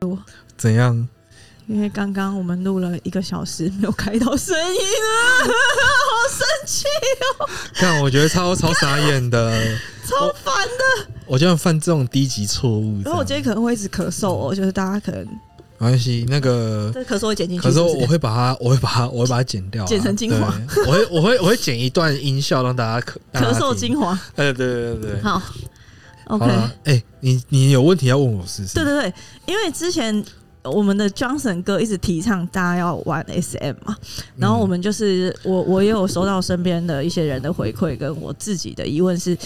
多，怎样？因为刚刚我们录了一个小时没有开到声音啊， 好生气哦，看，我觉 得超超傻眼的。超烦的。我就犯这种低级错误。然后我今这样天可能会一直咳嗽哦，就是大家可能没关系，那个，这咳嗽会剪进去可是是不是，我会把它，我会把它，我会把它剪掉啊，剪成精华对。我会，我会，我会剪一段音效让大家咳咳嗽。大家听精华。哎，对对对对。好，OK，好了，哎，你你有问题要问我是不是？对对对，因为之前我们的 Johnson 哥一直提倡大家要玩 SM 嘛，然后嗯我们就是、我我也有收到身边的一些人的回馈，跟我自己的疑问是，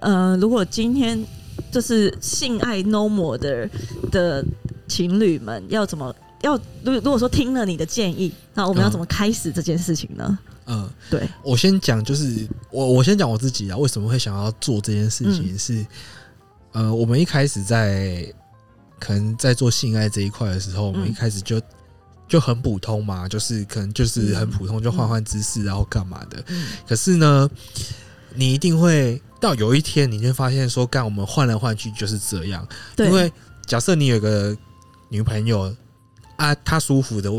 呃，如果今天就是性爱 no more 的的情侣们要怎么？要如如果说听了你的建议，那我们要嗯怎么开始这件事情呢？嗯，对，我先讲，就是我我先讲我自己啊，为什么会想要做这件事嗯情是，呃，我们一开始在可能在做性爱这一块的时候，我们嗯一开始就就很普通嘛，就是可能就是很普通，就换换姿势，然后干嘛的。嗯可是呢，你一定会到有一天，你就发现说，干我们换来换去就是这样，因对，为假设你有个女朋友啊，她舒服的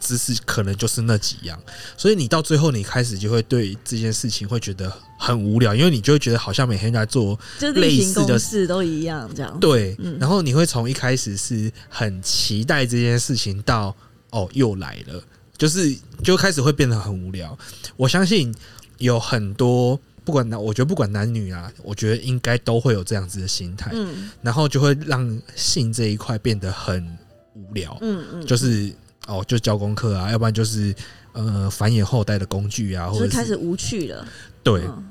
姿势可能就是那几样，所以你到最后你开始就会对这件事情会觉得很无聊，因为你就会觉得好像每天在做就是例类行似的公事都一样这样。对，嗯然后你会从一开始是很期待这件事情到哦又来了，就是就开始会变得很无聊。我相信有很多。不管男，我觉得不管男女啊，我觉得应该都会有这样子的心态。嗯然后就会让性这一块变得很无聊，嗯嗯，就是哦，就交功课啊，要不然就是呃繁衍后代的工具啊，就或者是是开始无趣了。对。嗯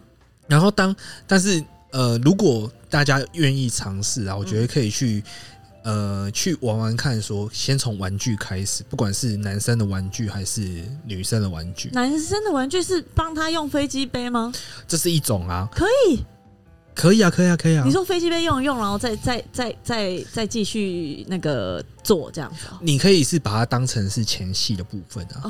然后当但是呃，如果大家愿意尝试啊，嗯我觉得可以去。呃，去玩玩看说先从玩具开始，不管是男生的玩具还是女生的玩具，男生的玩具是帮他用飞机杯吗？这是一种啊，可以，可以啊，可以啊，可以啊。你说飞机杯用一用，然后再再再再再继续那个做这样子哦你可以是把它当成是前戏的部分啊？啊，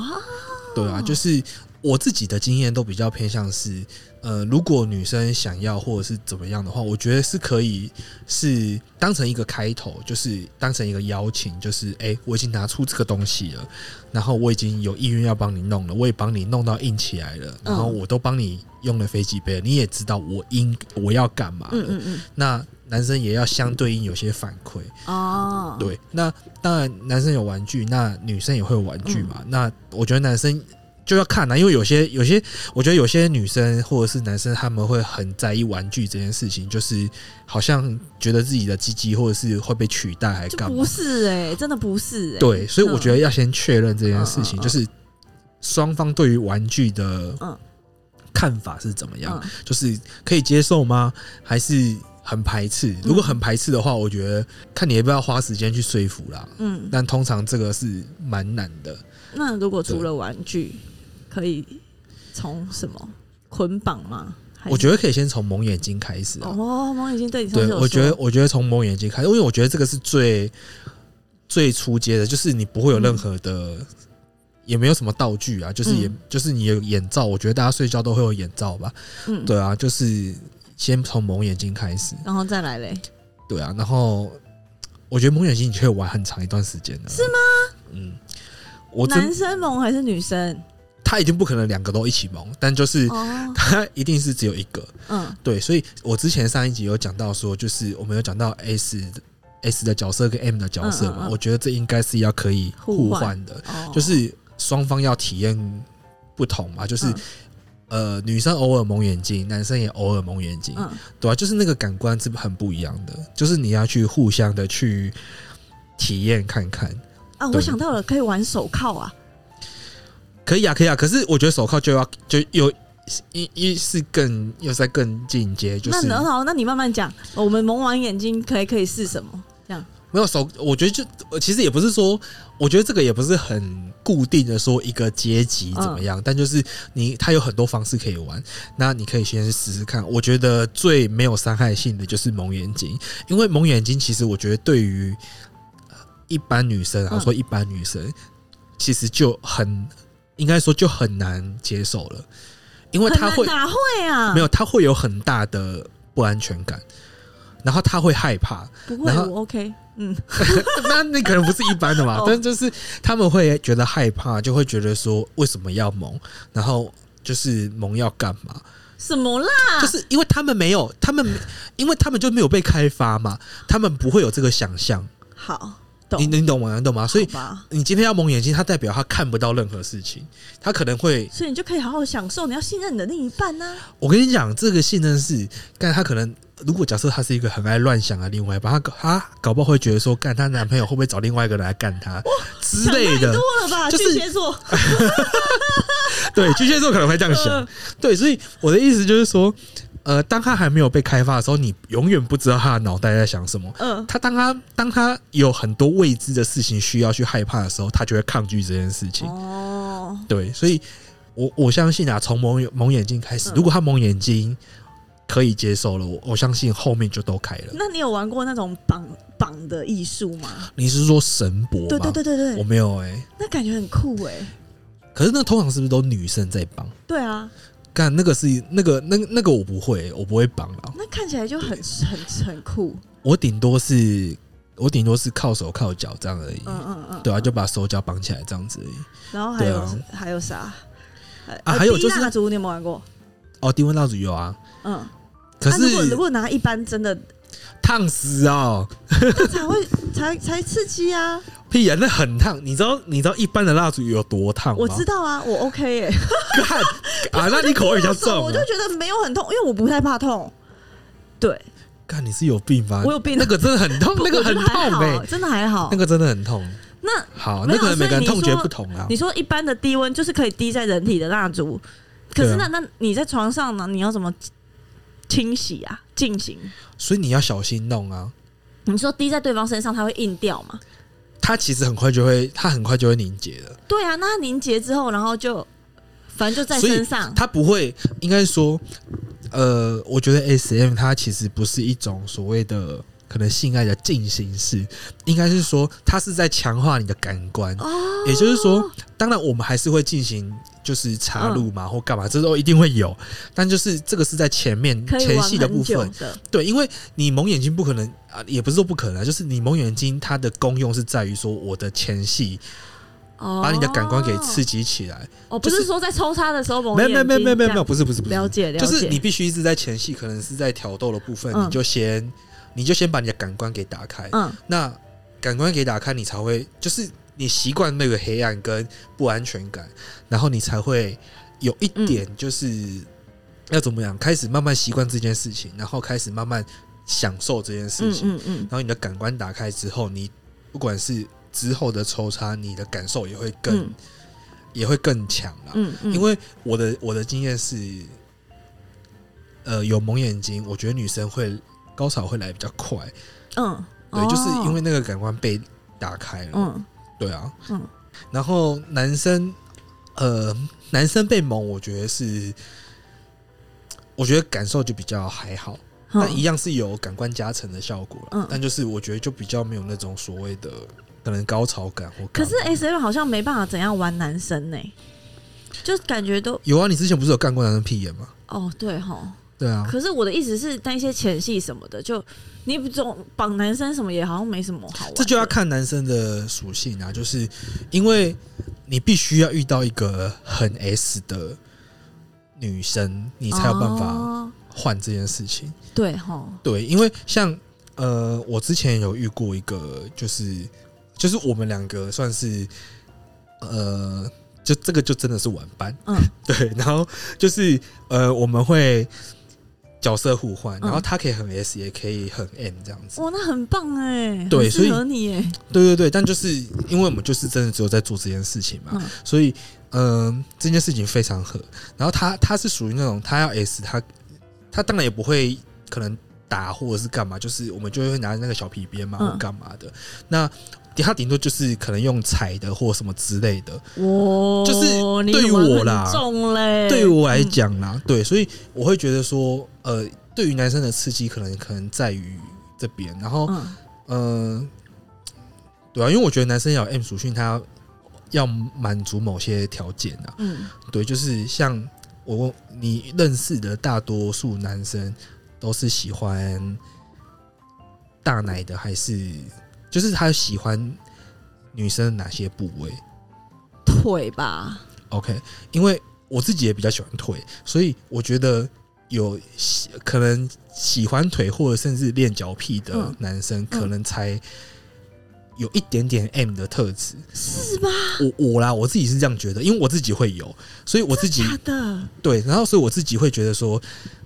对啊，就是我自己的经验都比较偏向是，呃，如果女生想要或者是怎么样的话，我觉得是可以是当成一个开头，就是当成一个邀请，就是哎、诶我已经拿出这个东西了，然后我已经有意愿要帮你弄了，我也帮你弄到硬起来了，嗯然后我都帮你用了飞机杯，你也知道我应我要干嘛了，嗯嗯嗯，那男生也要相对应有些反馈，哦，，对，那当然男生有玩具，那女生也会有玩具嗯嘛。那我觉得男生就要看啦、啊因为有些有些，我觉得有些女生或者是男生他们会很在意玩具这件事情，就是好像觉得自己的鸡鸡或者是会被取代还就干嘛不？是哎、真的不是哎、对，所以我觉得要先确认这件事情，嗯嗯嗯就是双方对于玩具的嗯看法是怎么样。嗯就是可以接受吗？还是很排斥？如果嗯很排斥的话，我觉得看你要不要花时间去说服啦。嗯，但通常这个是蛮难的。那如果除了玩具，可以从什么捆绑吗？还是我觉得可以先从蒙眼睛开始啊。哦，蒙眼睛对你上次对，有我觉得说我觉得从蒙眼睛开始，因为我觉得这个是最最初阶的，就是你不会有任何的。也没有什么道具啊，就是也、嗯就是你有眼罩，我觉得大家睡觉都会有眼罩吧。嗯，对啊，就是先从蒙眼睛开始。然后再来嘞，对啊，然后我觉得蒙眼睛你就会玩很长一段时间了，是吗？嗯，我真男生蒙还是女生？他已经不可能两个都一起蒙，但就是哦，他一定是只有一个。嗯对，所以我之前上一集有讲到说，就是我们有讲到 S 的 S 的角色跟 M 的角色嘛，嗯嗯嗯我觉得这应该是要可以互互换换的，哦，就是双方要体验不同嘛，就是。嗯呃，女生偶尔蒙眼睛，男生也偶尔蒙眼睛，嗯对啊，就是那个感官是很不一样的，就是你要去互相的去体验看看。啊，我对想到了，可以玩手铐啊。可以啊，可以啊，可是我觉得手铐就要就又一一是更又在更进阶，就是那很好，那你慢慢讲。我们蒙完眼睛可以可以是什么？这样没有手，我觉得就呃其实也不是说，我觉得这个也不是很固定的说一个阶级怎么样，嗯但就是你它有很多方式可以玩，那你可以先试试看。我觉得最没有伤害性的就是蒙眼睛，因为蒙眼睛其实我觉得对于呃一般女生啊，嗯说一般女生其实就很应该说就很难接受了，因为很它难会哪会啊？没有它会有很大的不安全感。然后他会害怕，不会，然后我 OK，嗯， 那那可能不是一般的嘛哦，但就是他们会觉得害怕，就会觉得说为什么要萌，然后就是萌要干嘛？什么啦？就是因为他们没有，他们因为他们就没有被开发嘛，他们不会有这个想象，好，懂你你懂吗？你懂啊吗？所以好吧，你今天要蒙眼睛，它代表他看不到任何事情，他可能会，所以你就可以好好享受，你要信任你的另一半啊呢、我跟你讲，这个信任是，但他可能。如果假设他是一个很爱乱想的另外一半，他搞他搞不好会觉得说，干她男朋友会不会找另外一个人来干她之想类太的多，了吧？就是巨蟹 座，对，巨蟹座可能会这样想呃。对，所以我的意思就是说，呃，当他还没有被开发的时候，你永远不知道他的脑袋在想什么。嗯、他当他当他有很多未知的事情需要去害怕的时候，他就会抗拒这件事情。哦，对，所以我我相信啊，从蒙蒙眼睛开始嗯，如果他蒙眼睛可以接受了，我我相信后面就都开了。那你有玩过那种绑绑的艺术吗？你是说神博吗？对对对对我对，没有哎、那感觉很酷哎、可是那通常是不是都女生在绑？对啊，干那个是那个那那个我不会，我不会绑啊。那看起来就很很很酷，我顶多是我顶多是靠手靠脚这样而已。嗯嗯嗯，对啊，就把手脚绑起来这样子而已。然后还有、对啊还有啥？还啊呃还有滴就是蜡烛，你有没有玩过？哦，低温蜡烛有啊，嗯，可啊如果如是果拿一般真的，烫死哦，那才会才才刺激啊！屁呀、那很烫。你知道你知道一般的蜡烛有多烫吗？我知道啊，我 OK 耶、 干啊，那你口味比较重、 我啊就。觉得没有很痛，因为我不太怕痛。对，干，你是有病吧？我有病啊那个真的很 痛，那个很我觉得还痛好哎、真的还好。那个真的很痛。那好，没那有啊可能每个人所以痛你觉说不同啊你。说一般的低温就是可以滴在人体的蜡烛，可是对那、啊那你在床上呢？你要怎么清洗啊？进行？所以你要小心弄啊。你说滴在对方身上，它会硬掉嘛？它其实很快就会，它很快就会凝结的。对啊，那它凝结之后，然后就反正就在所以身上。它不会，应该说，呃，我觉得 S M 它其实不是一种所谓的可能性爱的进行式，应该是说它是在强化你的感官。哦也就是说，当然我们还是会进行就是插入嗯嘛、或干嘛，这都一定会有，但就是这个是在前面可以前玩戏的部很久分，的，对，因为你蒙眼睛不可能啊，也不是说不可能啊，就是你蒙眼睛它的功用是在于说我的前戏把把你的感官给刺激起来，哦，不就是是说在抽插的时哦候蒙没眼有睛没有没有没有这没有没有，样不是不是不是，了解了解，就是你必须一直在前戏，可能是在挑逗的部分，嗯你就先你就先把你的感官给打开，嗯那感官给打开，你才会就是你习惯那个黑暗跟不安全感，然后你才会有一点嗯就是、要怎么样，开始慢慢习惯这件事情，然后开始慢慢享受这件事嗯情，嗯嗯然，后你的感官打开之后，你不管是之后的抽插，你的感受也会更、嗯也会更强啦。嗯嗯，啊因为我的我的经验是，呃，有蒙眼睛，我觉得女生会高潮会来比较快，嗯对，就是哦因为那个感官被打开了，嗯对啊，嗯然后男生，呃，男生被蒙，我觉得是，我觉得感受就比较还好，但嗯一样是有感官加成的效果啦，嗯但就是我觉得就比较没有那种所谓的可能高潮感或可干嘛，是 S M 好像没办法怎样玩男生呢、就感觉都有啊，你之前不是有干过男生屁眼吗？哦对哈。对啊，可是我的意思是，那些前戏什么的，就你不总绑男生什么也好像没什么好玩的。这就要看男生的属性啊，就是因为你必须要遇到一个很 S 的女生，你才有办法哦换这件事情。对哈，对，因为像呃，我之前有遇过一个，就是就是我们两个算是呃，就这个就真的是玩伴， 嗯，对，然后就是呃，我们会角色互换，嗯然后他可以很 S，也可以很 M 这样子。哇，那很棒哎、很对所以适合你哎、对对对，但就是因为我们就是真的只有在做这件事情嘛，嗯所以嗯、呃这件事情非常合。然后他他是属于那种他要 S，他他当然也不会可能打或者是干嘛，就是我们就会拿那个小皮鞭嘛嗯或干嘛的。那他顶多就是可能用踩的或什么之类的。哇，就是你对于玩我很啦重嘞，对于我来讲啦，嗯对，所以我会觉得说，呃，对于男生的刺激可能可能在于这边，然后嗯，嗯，嗯，对啊，因为我觉得男生要有 M 属性，他要满足某些条件啊。嗯，对，就是像我问你认识的大多数男生都是喜欢大奶的，还是就是他喜欢女生的哪些部位腿吧， ？OK，因为我自己也比较喜欢腿，所以我觉得有喜可能喜欢腿或者甚至练脚癖的嗯男生，可能才有一点点 M 的特质。是吧？我我啦，我自己是这样觉得，因为我自己会有，所以我自己假的，对，然后所以我自己会觉得说，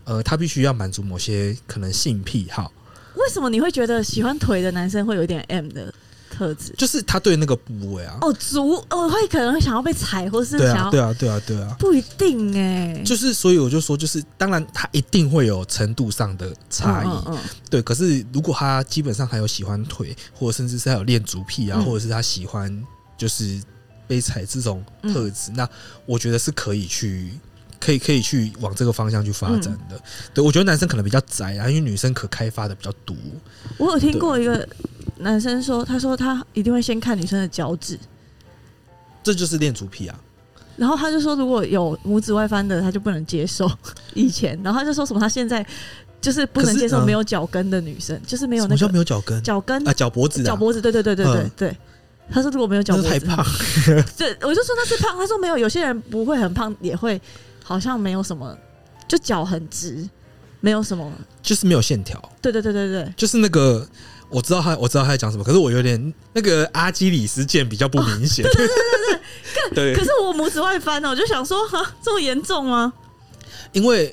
呃，他必须要满足某些可能性癖好，为什么你会觉得喜欢腿的男生会有一点 M 的特质？就是他对那个部位啊，哦，足，哦，会可能会想要被踩，或是对想啊，要、对啊，对啊，对啊，不一定哎、就是所以我就说，就是当然他一定会有程度上的差异，嗯嗯嗯对。可是如果他基本上还有喜欢腿，或者甚至是还有练足癖啊，嗯或者是他喜欢就是被踩这种嗯特质，那我觉得是可以去。可以可以去往这个方向去发展的，对我觉得男生可能比较窄啊，因为女生可开发的比较多。我有听过一个男生说，他说他一定会先看女生的脚趾，这就是恋足癖啊。然后他就说如果有拇指外翻的，他就不能接受 以前，然后他就说什么他现在就是不能接可受是嗯没有脚跟的女生，就是没有什那么叫个没有脚跟脚跟啊？脚脖子啊？脚脖子，对对对对对嗯对。他说如果没有脚那脖太子，胖。对，我就说那是胖，他说没有，有些人不会很胖，也会好像没有什么，就脚很直，没有什么，就是没有线条，对对对对对。就是那个我知道他我知道他在讲什么，可是我有点那个阿基里斯腱比较不明显、对对可是我拇指外翻呢，我就想说，哈，这么严重吗？因为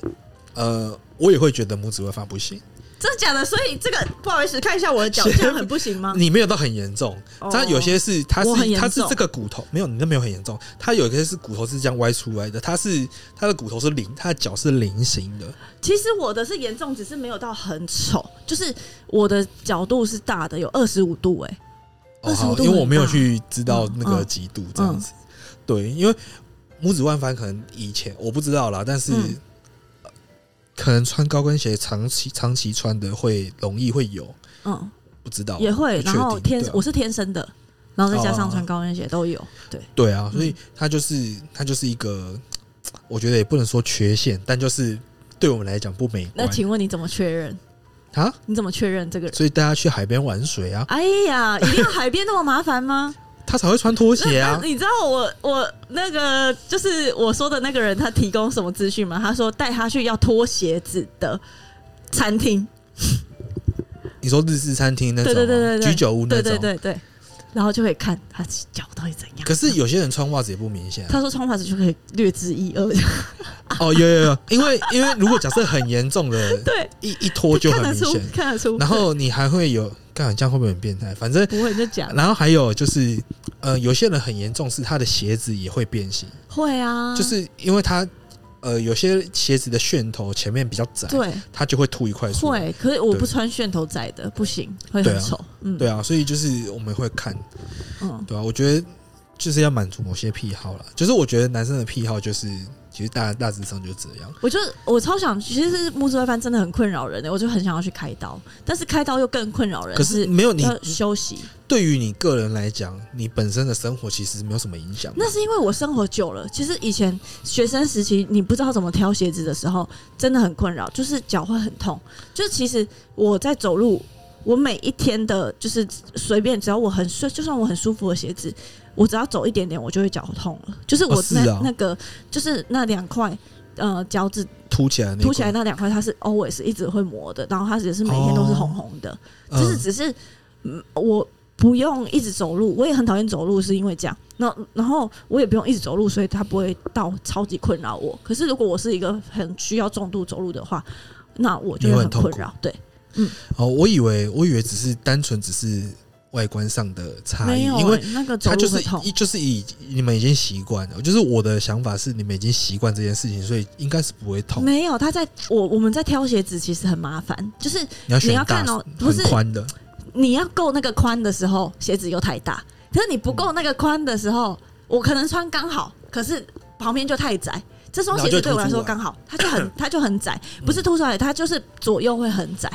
呃，我也会觉得拇指会发不行，真的假的？所以这个不好意思，看一下我的脚，这样很不行吗？你没有到很严重，啊哦它有些是它我很是严它是重这个骨头没有，你那没有很严重，它有一些是骨头是这样歪出来的，它是它的骨头是菱，它的脚是菱形的，其实我的是严重，只是没有到很丑，就是我的角度是大的，有二十五度、哎，哦，好25，度因为我没有很大去知道那个嗯几度这样子。对，因为拇指万翻可能以前我不知道啦，但是、嗯呃可能穿高跟鞋长期长期穿的会容易会有，嗯，不知道也会。不哦确然后定天，对啊我是天生的，然后再加哦上穿高跟鞋都有，对，对啊，嗯所以它就是它就是一个，我觉得也不能说缺陷，但就是对我们来讲不美那观请问你怎么确认？啊。你怎么确认这个人？所以大家去海边玩水啊，哎呀，一定要海边那么麻烦吗？ 他才会穿拖鞋啊那。你知道我我那个就是我说的那个人，他提供什么资讯吗？他说带他去要脱鞋子的餐厅，你说日式餐厅那种对啊，对对对对居酒屋那对种，对对对，然后就可以看他脚到底怎样。可是有些人穿袜子也不明显啊。 他说穿袜子就可以略知一二，哦，有有有，因为因为如果假设很严重的 对，一一拖就看很得明出显，，看得出。然后你还会有，干这样会不会很变态？反正，不会你就讲， 然后还有就是，呃，有些人很严重是他的鞋子也会变形，会啊，就是因为他呃有些鞋子的楦头前面比较窄，对它就会凸一块出来。会，可是我对不穿楦头窄的不行，会对很啊丑。嗯，对啊，所以就是我们会看，嗯，对啊，我觉得就是要满足某些癖好啦。就是我觉得男生的癖好就是，其实大大致上就这样。我就我超想，其实拇指外翻真的很困扰人的，欸我就很想要去开刀，但是开刀又更困扰人，可是没有你要休息。对于你个人来讲，你本身的生活其实没有什么影响。那是因为我生活久了，其实以前学生时期你不知道怎么挑鞋子的时候，真的很困扰，就是脚会很痛。就是其实我在走路，我每一天的就是随便，只要我很舒，就算我很舒服的鞋子，我只要走一点点，我就会脚痛了。就是我哦是那、啊那个就是那两块。呃，脚趾凸起来的那一凸起来块，那两块，它是 always 一直会磨的，然后它也是每天都是红红的。嗯就是只是嗯我不用一直走路，我也很讨厌走路，是因为这样。那然后我也不用一直走路，所以它不会到超级困扰我。可是如果我是一个很需要重度走路的话，那我就你会很很痛困扰。对，哦，我以为我以为只是单纯只是外观上的差异，没有、因为欸、那个走它就路是会痛一，就是已你们已经习惯了，就是我的想法是你们已经习惯这件事情，所以应该是不会痛。没有。他在我我们在挑鞋子其实很麻烦，就是你要你选要大看哦不很是宽的，你要够那个宽的时候，鞋子又太大；可是你不够那个宽的时候，我可能穿刚好，可是旁边就太窄。这 双鞋子对我来说刚好，它就很它就很窄，不是凸出来，它就是左右会很窄。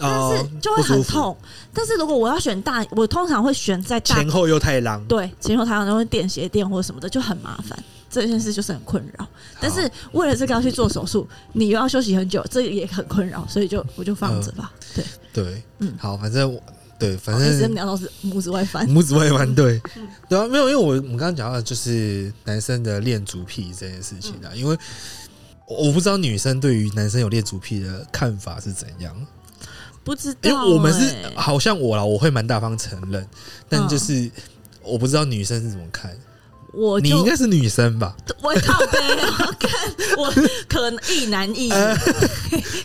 但是哦就会很不舒服痛。但是如果我要选大，我通常会选在大前后又太狼，对前后台上都会垫鞋垫或者什么的，就很麻烦。这件事就是很困扰，但是为了这个要去做手术，你又要休息很久，这也很困扰，所以就我就放着吧。对，对，嗯好，反正我对，反每次正 聊到是拇指外翻，拇指外 弯，对，对啊，没有，因为我我们刚刚讲到的就是男生的恋足癖这件事情啊，嗯因为我我不知道女生对于男生有恋足癖的看法是怎样，不知道、欸。因为我们是好像我啦，我会蛮大方承认，但嗯就是、我不知道女生是怎么看，我你就应该是女生吧？我靠背，我看 我可能一男一女，呃啊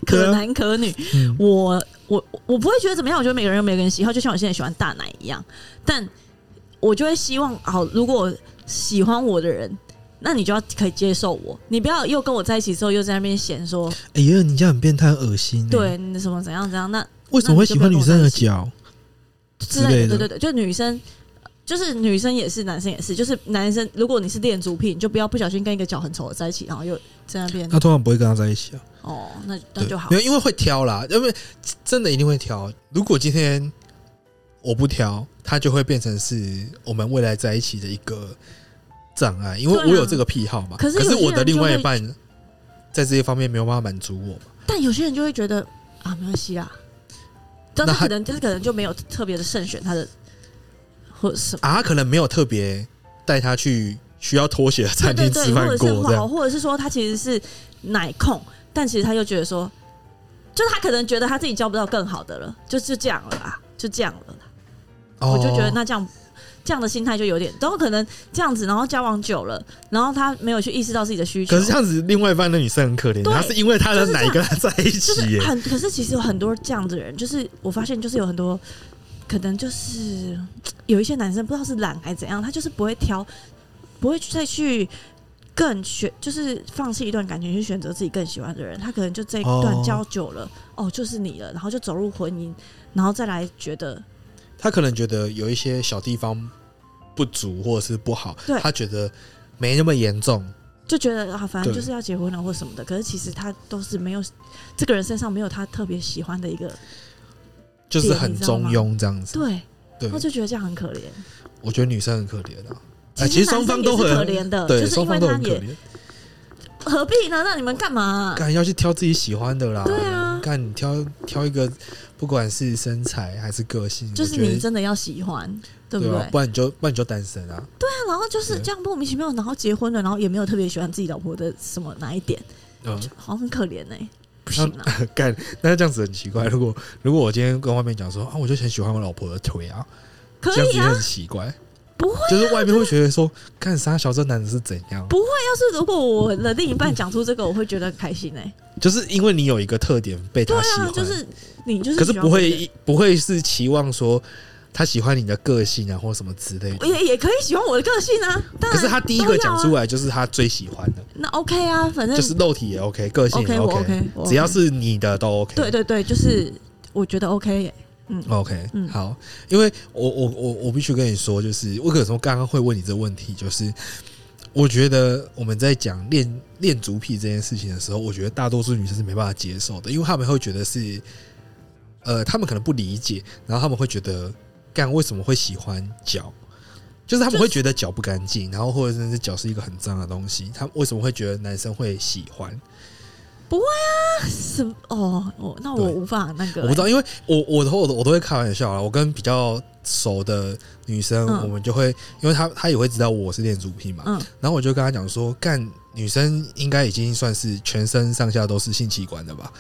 可男可女。嗯我我我不会觉得怎么样，我觉得每个人有每个人喜好，就像我现在喜欢大奶一样，但我就会希望，好，如果喜欢我的人。那你就要可以接受我，你不要又跟我在一起之后又在那边嫌说，哎呀，你这样很变态，很恶心欸。对你什么怎样怎样，那为什么会喜欢女生的脚？之类之类的，的对对对，就女生，就是女生也是，男生也是，就是男生，如果你是恋足癖，你就不要不小心跟一个脚很丑的在一起，然后又在那边那通常不会跟他在一起啊。哦，那那呃对，就好没。有，因为会挑啦，因为真的一定会挑。如果今天我不挑，他就会变成是我们未来在一起的一个障碍，因为对啊我有这个癖好嘛。可是有些人我的另外就一会半在这些方面没有办法满足我嘛。但有些人就会觉得啊，没关系啦，但那他他可能他可能就没有特别的慎选他的或者什么。啊，可能没有特别带他去需要脱鞋的对餐对厅对，吃或饭者是过，这好，样或者是说他其实是奶控，但其实他又觉得说，就是他可能觉得他自己交不到更好的了，就就这样了啦，就这样了啦。我就觉得哦那这样这样的心态就有点，然后可能这样子，然后交往久了，然后他没有去意识到自己的需求可是，这样子，另外一半的女生很可怜，对她是因为她的就是这奶样跟她在一就起是耶。很，可是其实有很多这样的人，就是我发现就是有很多，可能就是有一些男生不知道是懒还是怎样，他就是不会挑，不会再去。更选就是放弃一段感情，去选择自己更喜欢的人。他可能就这一段哦交久了，哦就是你了，然后就走入婚姻，然后再来觉得他可能觉得有一些小地方不足或者是不好对，他觉得没那么严重。就觉得啊，反正对就是要结婚了或什么的。可是其实他都是没有这个人身上没有他特别喜欢的一个就是很中庸这样子，对，对他，就觉得这样很可怜。我觉得女生很可怜啊，哎其其实实双方都男生也是可很怜的，对，就是双因为方都他很可也啊怜，何必呢？那你们干嘛？干要去挑自己喜欢的啦，对啊干你挑挑一个，不管是身材还是个性，就我是觉你得真的要喜欢，对不对对？啊，不然你就不然你就单身啊，那然后就是对这样莫名其妙，然后结婚了，然后也没有特别喜欢自己老婆的什么哪一点，嗯，好像很可怜呢、不行啊， 干那这样子很奇怪。如果如果我今天跟外面讲说啊，我就很喜欢我老婆的腿 啊， 可这样子以也啊。很奇怪，不会啊就是外面会觉得说， 看沙小这男的是怎样，不要是如果我的另一半讲出这个，我会觉得很开心呢、就是因为你有一个特点被对他喜啊，欢，就是你就是可是喜欢不我会的一不会是期望说他喜欢你的个性啊，或什么之类的。也也可以喜欢我的个性啊。当可然，是他第一个讲出来，来就是他最喜欢的，那 OK 啊，反正就是肉体也 OK，个性 OK，也我 OK， OK，我只要 OK 是你的都 OK。对对对，就是我觉得 OK 耶、 OK，嗯好，因为我我我我必须跟你说，就是我可能刚刚会问你这个问题，就是我觉得我们在讲恋恋足癖这件事情的时候，我觉得大多数女生是没办法接受的，因为她们会觉得是，呃，她们可能不理解，然后她们会觉得，干为什么会喜欢脚？就是她们会觉得脚不干净，然后或者是脚是一个很脏的东西，她为什么会觉得男生会喜欢？什么哦，我那我对无法那个、我不知道，因为我我我都我都会开玩笑啦。我跟比较熟的女生，嗯我们就会，因为她她也会知道我是恋足癖嘛，嗯然后我就跟她讲说，干女生应该已经算是全身上下都是性器官的吧，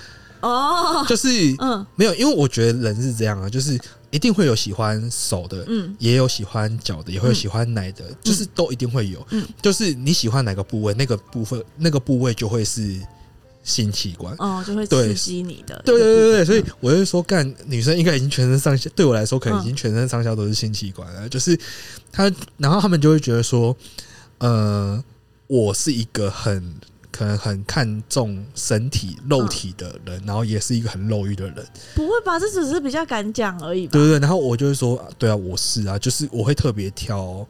哦，就是嗯没有，因为我觉得人是这样啊，就是一定会有喜欢手的。嗯，也有喜欢脚的，也会有嗯喜欢奶的，就是都一定会有。嗯就是你喜欢哪个部位，那个部分那个部位就会是性器官。哦，就会对刺激你的一个部对分，对对对，所以嗯我就说，干女生应该已经全身上下，对我来说可能嗯已经全身上下都是性器官了。就是他，然后他们就会觉得说，呃，我是一个很可能很看重身体肉体的人，嗯然后也是一个很肉欲的人，不会吧？这只是比较敢讲而已吧对？对对。然后我就会说，啊对啊，我是啊，就是我会特别挑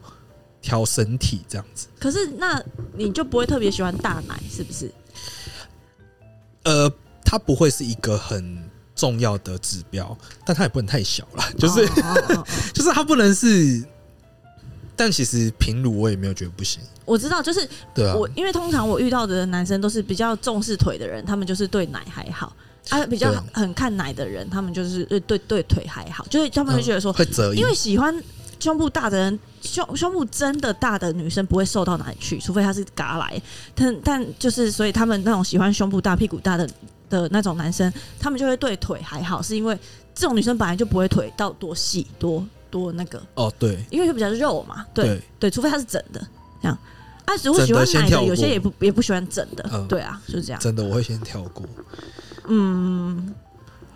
挑身体这样子。可是那你就不会特别喜欢大奶，是不是？呃，它不会是一个很重要的指标，但它也不能太小了，就是、哦哦哦哦就是它不能是。但其实平乳我也没有觉得不行，我知道，就是对啊，我，因为通常我遇到的男生都是比较重视腿的人，他们就是对奶还好啊，比较对啊很看奶的人，他们就是呃对对对腿还好，就是他嗯们会觉得说，会择一因，为喜欢胸部大的人，胸胸部真的大的女生不会瘦到哪里去，除非她是嘎来。但但就是，所以他们那种喜欢胸部大、屁股大的的那种男生，他们就会对腿还好，是因为这种女生本来就不会腿到多细多多那个，哦，对因为就比较肉嘛。对对，对，除非她是整的这样。啊，如果整喜的欢先奶跳的，过有些也不也不喜欢整的，嗯对啊，就是这样。真的我会先跳过，嗯，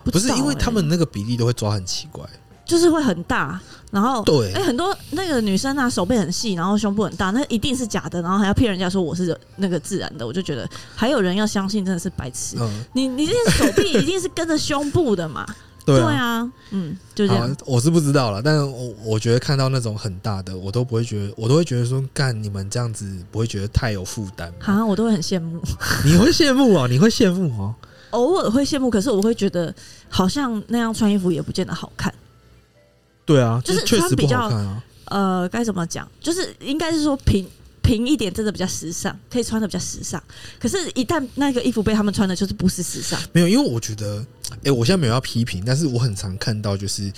不不知是道因为欸他们那个比例都会抓很奇怪，就是会很大，然后对哎、很多那个女生啊，手背很细，然后胸部很大，那一定是假的，然后还要骗人家说我是那个自然的，我就觉得还有人要相信，真的是白痴。嗯，你你这些手臂一定是跟着胸部的嘛？ 对啊，啊，嗯，就这好样。，我是不知道了，但我我觉得看到那种很大的，我都不会觉得，我都会觉得说，干你们这样子不会觉得太有负担吗？好像我都会很羡慕，你会羡慕哦，你会羡慕哦，偶尔会羡慕，可是我会觉得好像那样穿衣服也不见得好看。对啊，就是就确实穿比不较好看啊，呃，该怎么讲？就是应该是说平平一点，真的比较时尚，可以穿的比较时尚。可是，一旦那个衣服被他们穿的，就是不是时尚。没有，因为我觉得，哎、我现在没有要批评，但是我很常看到，就是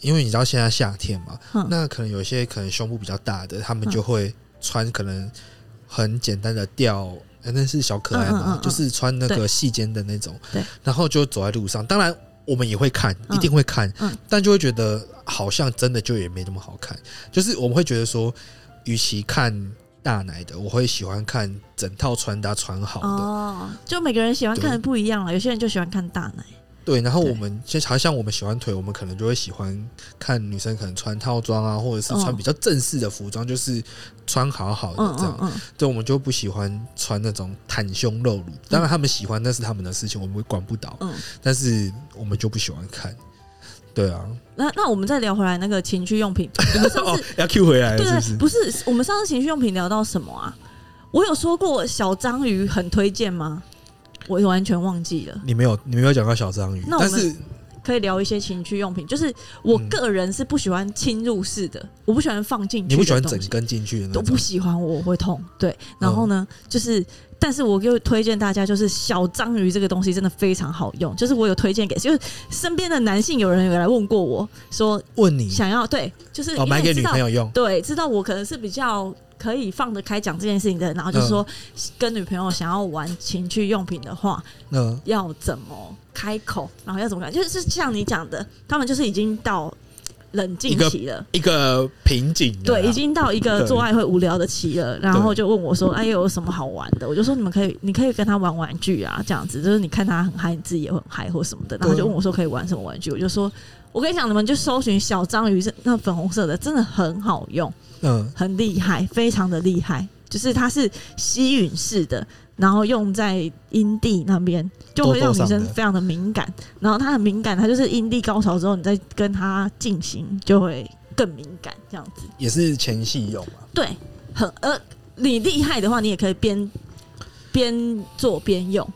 因为你知道现在夏天嘛，嗯那可能有一些可能胸部比较大的，他们嗯就会穿可能很简单的吊。哎那是小可爱嗯嘛，嗯嗯嗯就是穿那对个细肩的那种对，然后就走在路上。当然，我们也会看，嗯一定会看，嗯但就会觉得好像真的就也没那么好看。就是我们会觉得说，与其看大奶的，我会喜欢看整套穿搭穿好的。哦，就每个人喜欢看的不一样啊了，有些人就喜欢看大奶，对，然后对我们就好像我们喜欢腿，我们可能就会喜欢看女生可能穿套装啊，或者是穿嗯比较正式的服装，就是穿好好嗯的哦这嗯样。嗯，对，我们就不喜欢穿那种袒胸露乳。当然，他们喜欢那是他们的事情，我们管不到。嗯但是我们就不喜欢看。对啊，那那我们再聊回来那个情趣用 品，我们上哦次，要 Q 回来了对是对不是？不是我们上次情趣用品聊到什么啊？我有说过小章鱼很推荐吗？我完全忘记了，你没有，你没有讲到小章鱼，那我但们是可以聊一些情趣用品。就是我嗯个人是不喜欢侵入式的，我不喜欢放进去，你不喜欢整根进去的都那不种。喜欢我，我会痛。对，然后呢，嗯就是，但是我又推荐大家，就是小章鱼这个东西真的非常好用。就是我有推荐给，就是身边的男性有人有来问过我说问你想要对，就是哦，因买为给知女道朋友用，对，知道我可能是比较可以放得开讲这件事情的人，然后嗯就说跟女朋友想要玩情趣用品的话，嗯，要怎么开口，然后要怎么讲，就是像你讲的，他们就是已经到冷静一个期了。一个瓶颈了啦。对，已经到一个对做爱会无聊的期了，然后就问我说：“哎，有什么好玩的？”我就说：“你们可以，你可以跟他玩玩具啊，这样子，就是你看他很嗨，你自己也会很嗨或什么的。”然后对就问我说：“可以玩什么玩具？”我就说：“我跟你讲，你们就搜寻小章鱼，是那粉红色的，真的很好用，嗯，很厉害，非常的厉害，就是它是吸吮式的。”然后用在阴蒂那边，就会让多多女上生的非常的敏感。然后她很敏感，她就是阴蒂高潮之后，你再跟她进行，就会更敏感这样子。也是前戏用啊嘛。对，很呃，你厉害的话，你也可以边边做边用。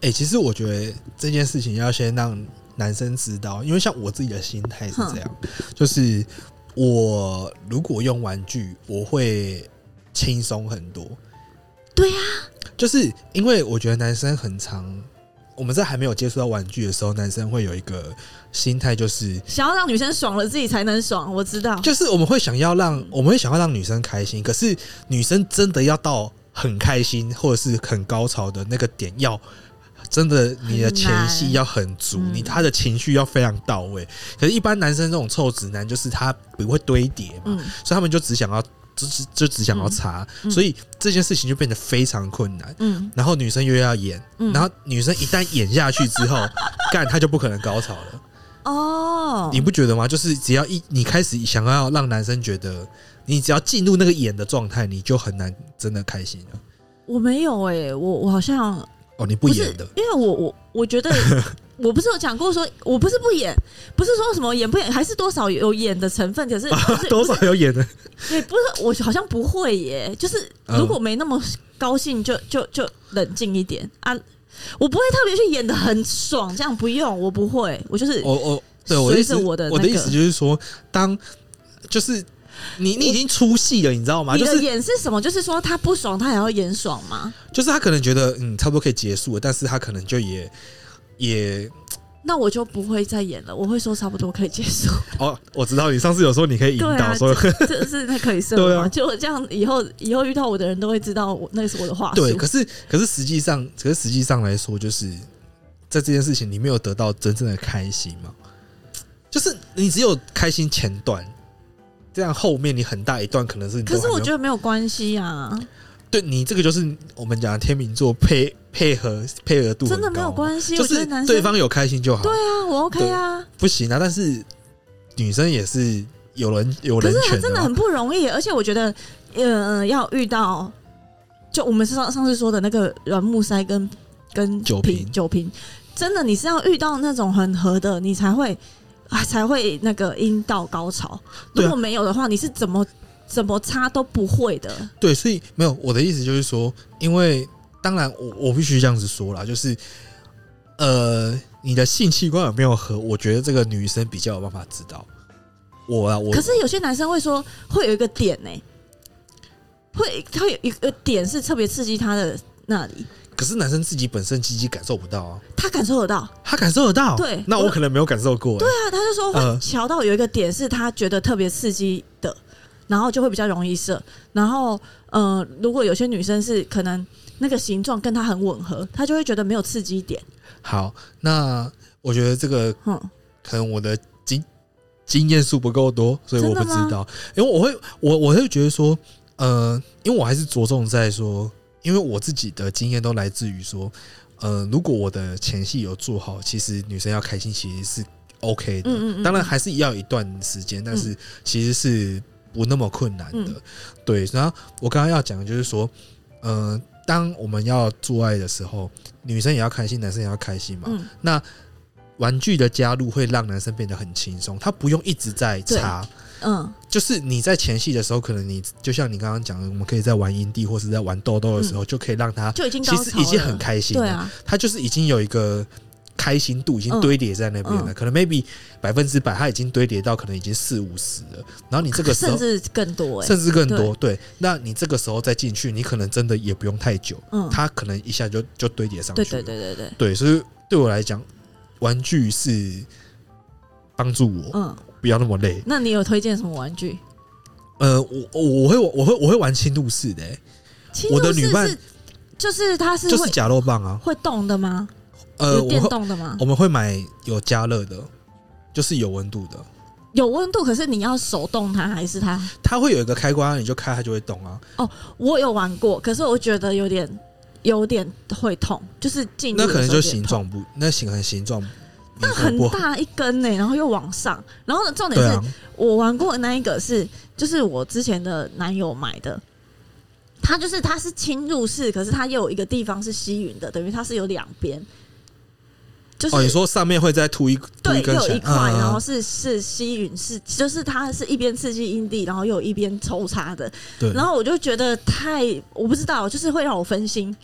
哎、其实我觉得这件事情要先让男生知道，因为像我自己的心态是这样，就是我如果用玩具，我会轻松很多。对呀、就是因为我觉得男生很常，我们在还没有接触到玩具的时候，男生会有一个心态，就是想要让女生爽了，自己才能爽。我知道，就是我们会想要让我们会想要让女生开心，可是女生真的要到很开心或者是很高潮的那个点，要真的你的前戏要很足，很难嗯你他的情绪要非常到位。可是，一般男生这种臭直男，就是他不会堆叠嘛，嗯，所以他们就只想要就只就只想要查，嗯嗯所以这件事情就变得非常困难。嗯然后女生又要演，嗯，然后女生一旦演下去之后， 干她就不可能高潮了。哦，你不觉得吗？就是只要一你开始想要让男生觉得，你只要进入那个演的状态，你就很难真的开心了。我没有哎、我我好像哦，你不是演的，因为我我我觉得 我不是有讲过说，我不是不演，不是说什么演不演，还是多少有演的成分，可 是不是多少有演的。也不是我好像不会耶，就是嗯如果没那么高兴就，就就冷静一点啊。我不会特别去演的很爽，这样不用，我不会，我就是我我对我的意思，随着我的那个意思就是说，当就是你你已经出戏了，你知道吗？你就的是演是什么？就是说他不爽，他也要演爽吗？就是他可能觉得嗯差不多可以结束了，但是他可能就也也那我就不会再演了，我会说差不多可以结束， 哦，我知道你上次有说你可以引对啊导说就是那可以设对吗？啊就我这样以后以后遇到我的人都会知道我啊那是我的话术对，，可是可是实际上，可是实际上来说，就是在这件事情你没有得到真正的开心嘛，就是你只有开心前段。这样后面你很大一段可能是你可都是还没我有觉得没有关系啊，对你这个就是我们讲的天秤座配配合配合度真的很没高有嘛关系。就我觉是得男对生方有开心就好，对啊，我 OK 啊，不行啊。但是女生也是有人有可人是他权啊真嘛的很不容易，而且我觉得，呃，要遇到就我们上上次说的那个软木塞跟跟酒瓶酒瓶，真的你是要遇到那种很合的，你才会啊才会那个阴道高潮。对啊如果没有的话，你是怎么怎么擦都不会的。对，所以没有我的意思就是说，因为当然我我必须这样子说啦，就是呃，你的性器官有没有合，我觉得这个女生比较有办法知道。我啊，我可是有些男生会说，会有一个点呢、会他有一个点是特别刺激他的那里，可是男生自己本身积极感受不到啊，他感受得到。他感受得到，对那我我可能没有感受过、欸，对对啊，他就说嗯会瞧到有一个点是他觉得特别刺激的，然后就会比较容易射。然后，呃，如果有些女生是可能那个形状跟他很吻合，他就会觉得没有刺激点。好，那我觉得这个嗯，可能我的经经验数不够多，所以我真的不知吗道。因为我会，我我会觉得说，呃，因为我还是着重在说，因为我自己的经验都来自于说，呃，如果我的前戏有做好，其实女生要开心其实是 OK 的，嗯嗯嗯当然还是要一段时间，但是其实是不那么困难的。嗯对，然后我刚刚要讲的就是说，呃，当我们要做爱的时候，女生也要开心，男生也要开心嘛。嗯，玩具的加入会让男生变得很轻松，他不用一直在擦。嗯，就是你在前戏的时候，可能你就像你刚刚讲的，我们可以在玩阴蒂或是在玩豆豆的时候，就可以让他就已嗯经高其潮实已经很了开心对了。啊，嗯他就是已经有一个开心度已经堆叠在那边了，可能 maybe 百分之百，他已经堆叠到可能已经四五十了。然后你这个时 甚候至更多哎、甚至更多，对，那你这个时候再进去，你可能真的也不用太久，嗯，他可能一下就就堆叠上去对了。对对对对，对，所以对我来讲，玩具是帮助我、嗯，不要那么累。那你有推荐什么玩具？呃，我我我会我会我会玩轻度式的、欸其我的实女伴是就是它是会、就是假肉棒啊。会动的吗？呃，有我电会动的吗？我们会买有加热的，就是有温度的，有温度，可是你要手动它还是它？它会有一个开关，你就开它就会动啊。我有玩过，可是我觉得有点有点会痛，就是进入那的时可候能就有点形痛，状不，那形很形状，你那可能不很好。大一根呢、然后又往上，然后呢，重点对是、啊，我玩过的那一个是，就是我之前的男友买的。它就是它是侵入式，可是它又有一个地方是吸吮的，等于它是有两边，就是、哦，你说上面会再凸一凸对，一根又起有来，一块，嗯嗯然后嗯是是吸吮是，就是它是一边刺激阴蒂，然后又一边抽插的，对，然后我就觉得太我不知道，就是会让我分心。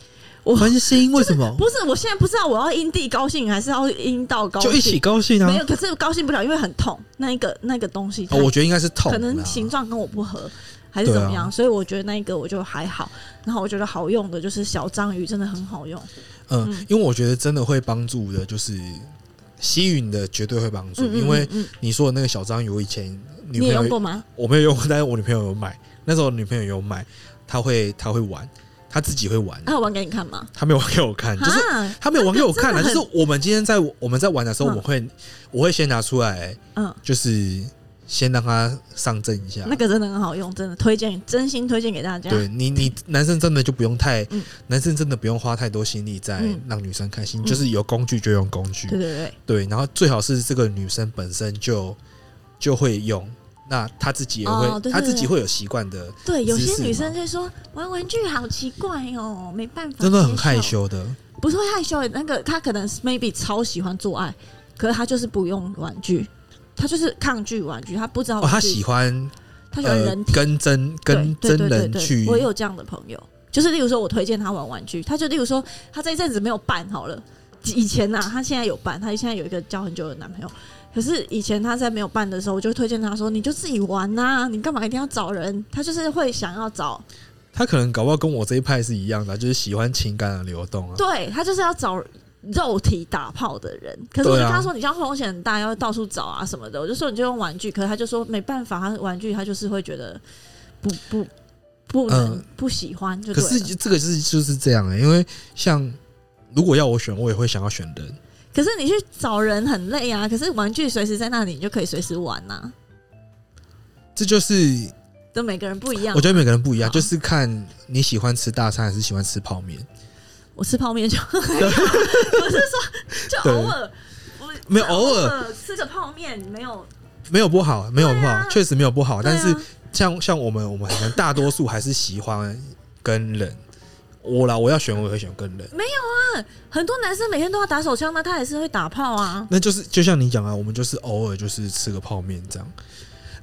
我分心为什么？不是，我现在不知道我要阴蒂高兴还是要阴道高兴，就一起高兴啊没！有，可是高兴不了，因为很痛。那一个那个东西，它哦我觉得应该是痛可的啊，能形状跟我不合，还是怎么样，所以我觉得那一个我就还好。然后我觉得好用的就是小章鱼，真的很好用。嗯嗯，因为我觉得真的会帮助的，就是吸引的绝对会帮助，嗯，嗯因为嗯嗯你说的那个小章鱼，我以前你女朋也用友过吗？我没有用过，但是我女朋友有买，那时候我女朋友有买，她会她会玩，她自己会玩，啊那我玩给你看吗？她没有玩给我看，嗯就是啊，她没有玩给我看啊，那个就真是的我们今天在我们在玩的时候，嗯我会我会先拿出来，嗯，就是先让她上阵一下那。个真的很好用，真的推荐，真心推荐给大家。啊对你，你男生真的就不用太，嗯男生真的不用花太多心力在嗯让女生开心，嗯就是有工具就用工具，对对对，对，然后最好是这个女生本身就就会用，那她自己也会，哦对对她自己对会有习惯的，对，有姿些势女嘛生就说玩玩具好奇怪哦，没办法，真的很害，羞的。不是会害羞欸。那个她可能是 maybe 超喜欢做爱，可是她就是不用玩具，她就是抗拒玩具，她不知道哦，她玩具喜欢她喜欢呃人体，跟真跟对真对对人对去我也有这样的朋友，就是例如说我推荐他玩玩具，他就例如说他这一阵子没有办好了，以前呐、他现在有办，他现在有一个交很久的男朋友。可是以前他在没有办的时候，我就推荐他说：“你就自己玩呐、你干嘛一定要找人？”他就是会想要找，他可能搞不好跟我这一派是一样的啊，就是喜欢情感的流动啊。对他就是要找肉体打炮的人。可是我就对啊跟他说：“你这样风险很大，要到处找啊什么的。”我就说：“你就用玩具。”可是他就说：“没办法，他玩具他就是会觉得不不不能、嗯不喜欢。”就可对是了这个就是就是这样、欸，因为像如果要我选，我也会想要选人。可是你去找人很累啊，可是玩具随时在那里，你就可以随时玩呐、啊。这就是就每个人不一样我，觉得每个人不一样，好就是看你喜欢吃大餐还是喜欢吃泡面。我吃泡面就， 我是说就偶尔，我没有偶尔吃个泡面没有，没有不好，没有不对好啊，确、实没有不好。对但啊是像像我们，我们可能大多数还是喜欢跟人。我啦，我要选，我也会选跟人。很多男生每天都要打手枪，那他还是会打炮啊。那就是就像你讲啊，我们就是偶尔就是吃个泡面这样。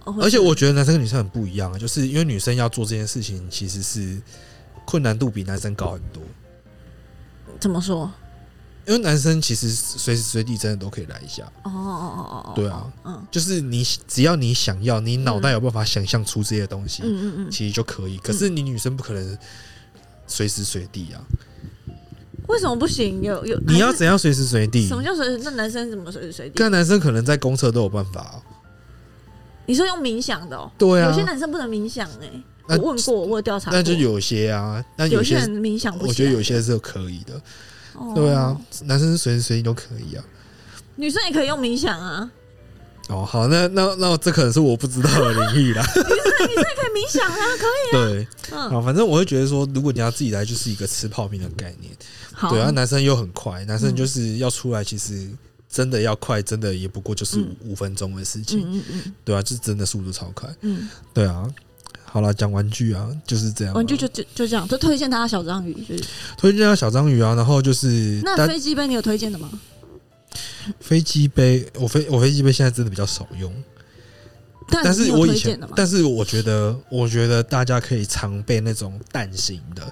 哦而且我觉得男生跟女生很不一样啊，就是因为女生要做这件事情其实是困难度比男生高很多。怎么说？因为男生其实随时随地真的都可以来一下，哦哦哦哦哦，对啊，嗯就是你只要你想要，你脑袋有办法想象出这些东西，嗯嗯嗯，其实就可以。可是你女生不可能随时随地啊，嗯为什么不行？有有你要还是怎样随时随地什？么叫随时？那男生怎么随时随地？跟男生可能在公厕都有办法、啊，你说用冥想的哦、对啊有些，男生不能冥想哎、那我问过，我有调查过，那就有些啊，那有些些人冥想不我起觉来，得有些是可以的，哦对啊，，男生随时随地都可以啊。女生也可以用冥想啊，哦，好，那那那这可能是我不知道的领域啦。 可以冥想啊，可对，以，嗯，好，反正我会觉得说，如果你要自己来，就是一个吃泡面的概念。好，嗯对啊，男生又很快，男生就是要出来，其实真的要快，真的也不过就是嗯五分钟的事嗯情，嗯嗯对啊，就是真的速度超快。嗯，对啊，好了，讲玩具啊，就是这样啊。玩哦具就就就这样，就推荐大家小章鱼，就是推荐到小章鱼啊，然后就是那但飞机杯你有推荐的吗？飞机杯，我飞我飞机杯现在真的比较少用，但你是有我以推前荐的，吗？但是我觉得，我觉得大家可以常备那种蛋型的，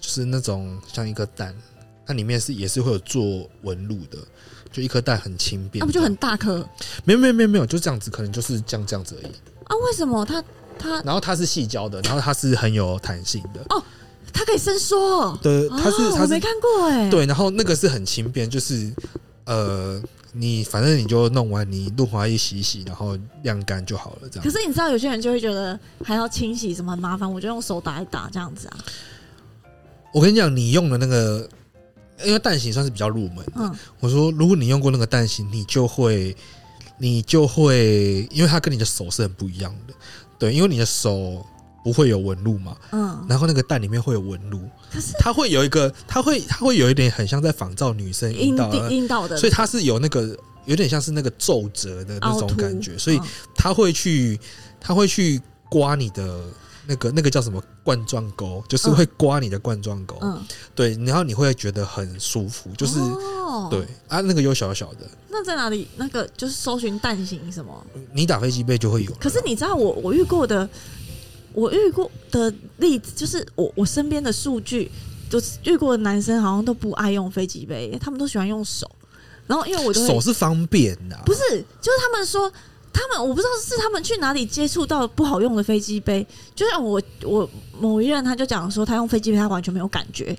就是那种像一颗蛋，它里面是也是会有做纹路的，就一颗蛋很轻便，那不就很大颗啊？没有没有没有没有，就这样子，可能就是这样这样子而已。为什么它它然后它是细胶的，然后它是很有弹性的，它可以伸缩哦？对，它是哦它我是没看过哎，，对，然后那个是很轻便，就是呃，你反正你就弄完，你润滑液洗一洗，然后晾干就好了，这可样。是你知道有些人就会觉得还要清洗什么很麻烦，我就用手打一打这样子啊，我跟你讲，你用的那个，因为蛋形算是比较入门的。嗯我说，如果你用过那个蛋形，你就会，你就会，因为它跟你的手是很不一样的，对，因为你的手不会有纹路嘛，嗯，然后那个蛋里面会有纹路，可是它会有一个，它会，它会有一点很像在仿照女生阴阴道，地阴道的啊所以它是有那个有点像是那个皱褶的那凹种凸感觉，所以嗯它会去，它会去刮你的那个那个叫什么冠状沟，就是嗯会刮你的冠状沟，嗯，对，然后你会觉得很舒服，就是、哦对啊，那个又小小的，那在哪里？那个就是搜寻蛋形什么？你打飞机杯就会有了。可是你知道我我遇过的，我遇过的例子就是我我身边的数据，就是遇过的男生好像都不爱用飞机杯，他们都喜欢用手。然后因为我都会手是方便的、啊不是，就是他们说他们我不知道是他们去哪里接触到不好用的飞机杯，就像我我某一任他就讲说他用飞机杯他完全没有感觉，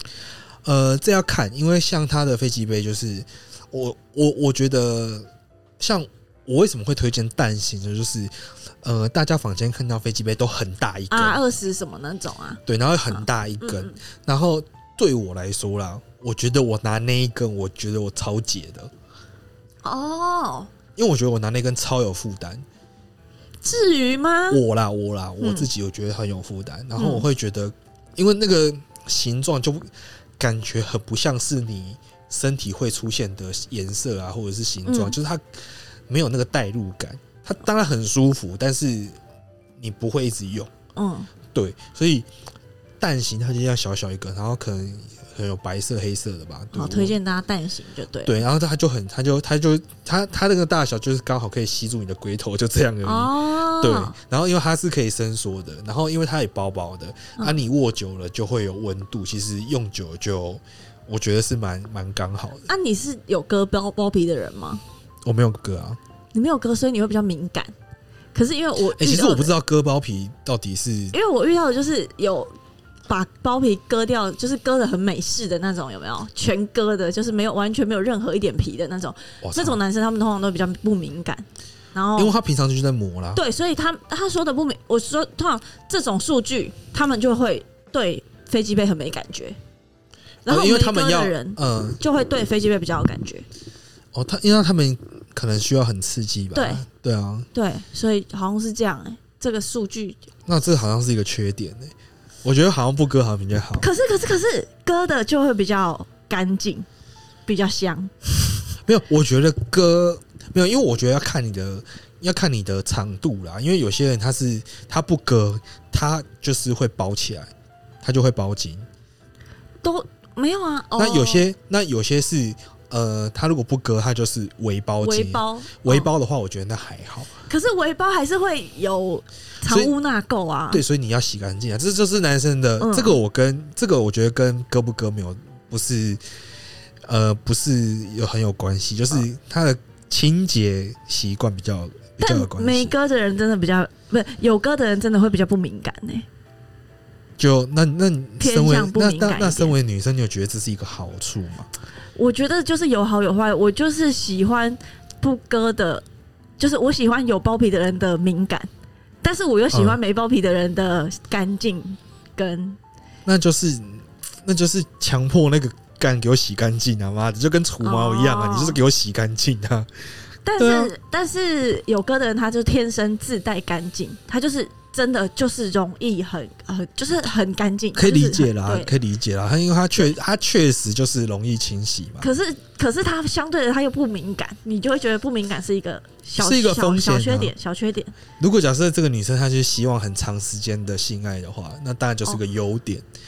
呃，这要看，因为像它的飞机杯，就是我我我觉得，像我为什么会推荐蛋形的，就是呃，大家坊间看到飞机杯都很大一根， R 二十什么那种嗯啊，对，然后很大一根，嗯然后对我来说啦，我觉得我拿那一根，我觉得我超解的，哦，因为我觉得我拿那根超有负担。至于吗？我啦，我啦，我嗯自己我觉得很有负担，然后我会觉得，因为那个形状就感觉很不像是你身体会出现的颜色啊，或者是形状，嗯就是它没有那个代入感。它当然很舒服，但是你不会一直用，嗯对，所以蛋形它就这样小小一个，然后可能可能有白色、黑色的吧。对好，我推荐大家蛋形就对了。对，然后它就很，它就它就它它那个大小就是刚好可以吸住你的龟头，就这样而已。哦，对，然后因为它是可以伸缩的，然后因为它也薄薄的，嗯啊，你握久了就会有温度，其实用久了就我觉得是蛮蛮刚好的。啊，你是有割包包皮的人吗？我没有割啊，你没有割，所以你会比较敏感。可是因为我哎、其遇实到我不的知道割包皮到底是因为我遇到的就是有把包皮割掉，就是割的很美式的那种，有没有？全割的，就是没有完全没有任何一点皮的那种。哇这种操男生他们通常都比较不敏感，然哦因为后他平常就在磨啦。对，所以他他说的不敏，我说通常这种数据他们就会对飞机杯很没感觉，然后呃因为没他们割要的人嗯就会对飞机杯比较有感觉。哦，他因为他们可能需要很刺激吧？对对啊，对，所以好像是这样哎、这个数据。那这好像是一个缺点哎、我觉得好像不割好像比较好。可是可是可是割的就会比较干净，比较香。没有，我觉得割没有，因为我觉得要看你的要看你的长度啦，因为有些人他是他不割，他就是会包起来，他就会包紧。都没有啊。哦、那有些那有些是呃，他如果不割，他就是围包围紧。包，围哦、包的话，我觉得那还好。可是围包还是会有藏所以污纳垢啊。对，所以你要洗干净啊，这就是男生的。嗯这个我跟这个我觉得跟割不割没有不是呃不是有很有关系，就是他的清洁习惯比较比较有但关没系。割的人真的比较，不是有割的人真的会比较不敏感欸呢、就那那你偏身为向不那敏感那一那点身为女生，你有觉得这是一个好处吗？我觉得就是有好有坏，我就是喜欢不割的，就是我喜欢有包皮的人的敏感，但是我又喜嗯欢没包皮的人的干净跟。那就是那就是强迫那个干给我洗干净啊！妈的，就跟除毛一样啊！哦你就是给我洗干净啊！但是、对啊但是有歌的人，他就天生自带干净，他就是真的就是容易很呃，就是很干净，可以理就是解很啦，对，可以理解啦，他因为他确他确实就是容易清洗嘛。可是可是他相对的他又不敏感，你就会觉得不敏感是一个小是一个风险啊小小缺点，小缺点。如果假设这个女生她就是希望很长时间的性爱的话，那当然就是个优点。哦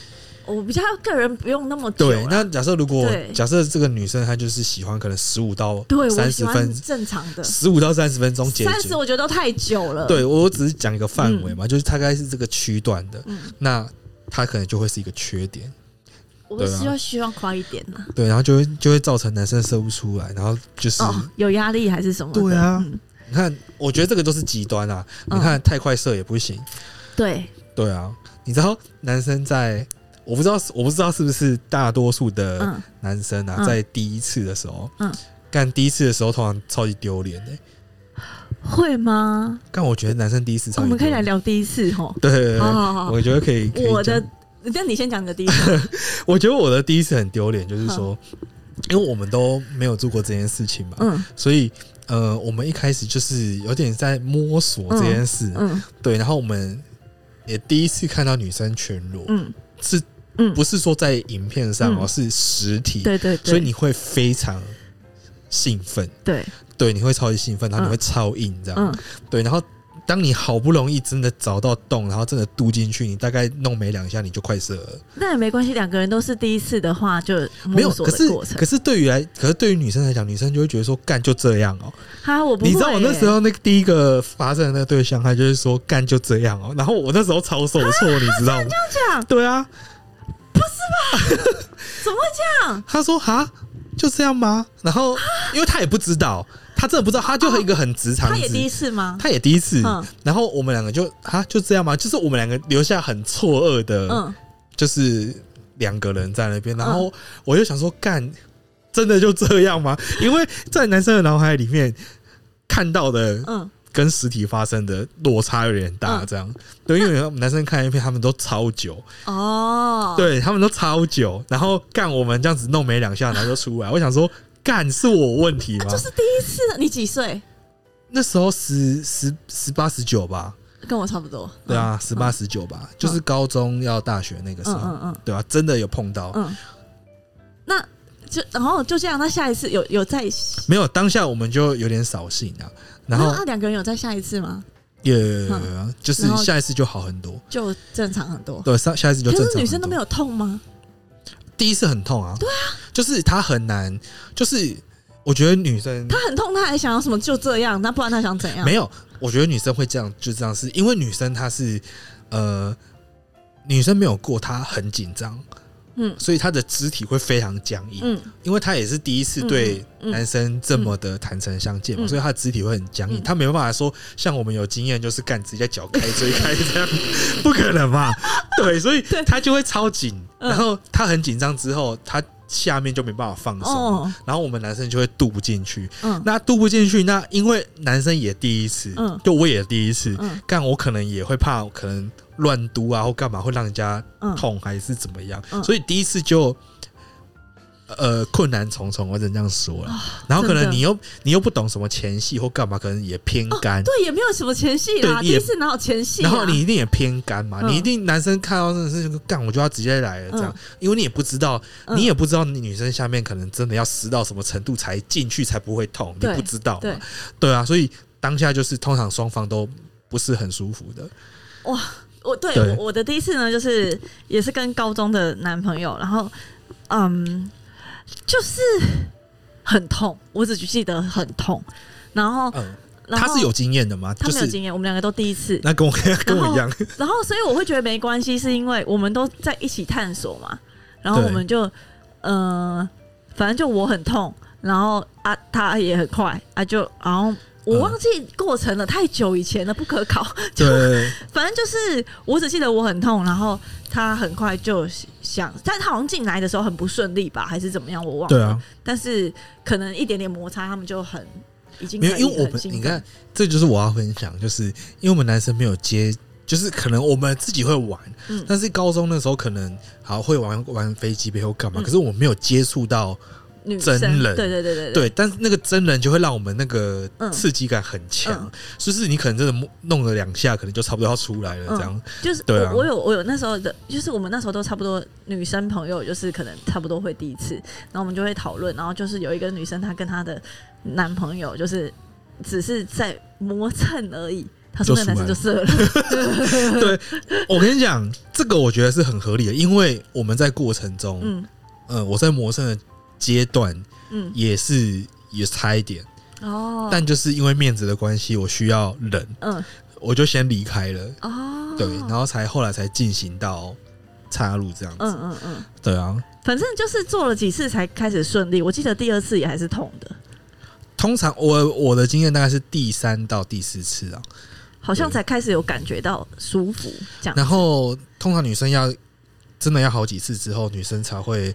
我比较个人不用那么久对啦，那假设如果啊对假设这个女生她就是喜欢可能十五到对我三喜十欢分，正常的。十五到三十分钟解三决十。我觉得都太久了，，对我只是讲一个范围嘛，就是大概是这个区段的，嗯那她可能就会是一个缺点。我对啊希望希望快一点啊呐、对，然后就会就会造成男生射不出来，然后就是、哦，有压力还是什么的？对啊嗯，你看，我觉得这个都是极端啊。嗯你看太快射也不行，对，对啊，你知道男生在。我不知道，我不知道是不是大多数的嗯，男生啊，嗯在第一次的时候，嗯嗯，干第一次的时候通常超级丢脸的。会吗？但我觉得男生第一呃次超哦我们级丢脸，可以来聊第一次吼。哦对。对对对好好好，我觉得可以。可以我的讲，那你先讲你的第一 个。我觉得我的第一次很丢脸，就是说，因为我们都没有做过这件事情嘛，嗯所以呃，我们一开始就是有点在摸索这件事，嗯对。然后我们也第一次看到女生全裸，嗯，是嗯不是说在影片上哦，嗯是实体，对对对，所以你会非常兴奋。对，对，你会超级兴奋，然嗯后你会超硬这样。嗯对，然后当你好不容易真的找到洞，然后真的嘟进去，你大概弄没两下你就快射了。那也没关系，两个人都是第一次的话，就没有，摸索可的是过程可。是对于来，可是对于女生来讲，女生就会觉得说干就这样哦、哈，我不会你耶，知道我那时候那个第一个发生的那个对象，他就是说干就这样哦、然后我那时候超受挫，啊你知道吗？这样对啊，怎么会这样？他说哈就这样吗？然 后因为他也不知道，他真的不知道，他就一个很直肠啊他子。也第一次吗？他也第一次，嗯然后我们两个就啊就这样嘛，就是我们两个留下很错愕的，嗯，就是两个人在那边，然后我就想说，干，真的就这样 吗？因为在男生的脑海里面看到的嗯，跟实体发生的落差有点大，嗯这样、对，因为有男生看 A 片，他们都超久，哦，，对他们都超久，然后干我们这样子弄没两下，然后就出来，我想说，干是我问题吗？啊就是第一次。你几岁？那时候十十十八十九吧。跟我差不多。对啊，十八十九吧，就是高中要大学那个时嗯，候，嗯嗯对啊，真的有碰到，嗯嗯。那就然后就这样，那下一次有有在一起？没有当下我们就有点扫兴啊，然后那那两个人有在下一次吗？也就是然后下一次就好很多，就正常很多。对，上下一次就可正常很是多。女生都没有痛吗？第一次很痛啊，对啊，就是他很难，就是我觉得女生他很痛，他还想要什么就这样，那不然他想怎样？没有，我觉得女生会这样，就这样是因为女生她是呃，女生没有过，她很紧张，嗯所以她的肢体会非常僵硬，嗯因为她也是第一次对嗯嗯嗯男生这么的坦诚相见嘛，嗯所以她的肢体会很僵硬，嗯她没办法说像我们有经验，就是干直接脚开追开 这样，不可能嘛，对，所以对她就会超紧，嗯然后她很紧张之后，她下面就没办法放松，哦然后我们男生就会渡不进去，嗯那渡不进去，那因为男生也第一次，嗯就我也第一次，嗯干我可能也会怕，可能乱嘟啊或干嘛会让人家嗯，痛还是怎么样，嗯所以第一次就呃困难重重，我只能这样说了。然后可啊真能的你又你又不懂什么前戏或干嘛，可能也偏干。哦对，也没有什么前戏啦，对第也一次哪有前戏啊？然后你一定也偏干嘛？嗯你一定男生看到真的是干，我就要直接来了这样，因为你也不知道，嗯你也不知道你女生下面可能真的要湿到什么程度才进去才不会痛，你对不知道嘛？对对啊，所以当下就是通常双方都不是很舒服哦的。我对对我我的第一次呢，就是也是跟高中的男朋友，然后嗯，就是很痛，我只记得很痛，然后嗯，然后他是有经验的吗？他就没有是经验，我们两个都第一次，那跟我跟我一样，然后所以我会觉得没关系，是因为我们都在一起探索嘛，然后对我们就呃，反正就我很痛，然后啊他也很快啊就然后。我嗯忘记过程了，太久以前了，不可考。就对，反正就是我只记得我很痛，然后他很快就想，但他好像进来的时候很不顺利吧，还是怎么样，我忘了。对啊，但是可能一点点摩擦，他们就很已经没有，开始因为我很们兴奋你看，，这就是我要分享，就是因为我们男生没有接，就是可能我们自己会玩，嗯但是高中那时候可能好会玩玩飞机杯或干嗯嘛，可是我没有接触到，女生真人对对对对对，但是那个真人就会让我们那个嗯刺激感很强嗯，就是你可能真的摸弄了两下，可能就差不多要出来了嗯这样，就是我对啊我有我有那时候的，就是我们那时候都差不多，女生朋友就是可能差不多会第一次，然后我们就会讨论，然后就是有一个女生她跟她的男朋友就是只是在磨蹭而已，她说那个男生就射了，我跟你讲，这个我觉得是很合理的，因为我们在过程中，嗯、嗯我在磨蹭的阶段嗯也是也差一点，哦，嗯但就是因为面子的关系，我需要忍，嗯我就先离开了，哦，对，然后才后来才进行到插入这样子，嗯嗯嗯，对啊，反正就是做了几次才开始顺利，我记得第二次也还是痛的，通常我我的经验大概是第三到第四次啊，好像对才开始有感觉到舒服这样，然后通常女生要真的要好几次之后，女生才会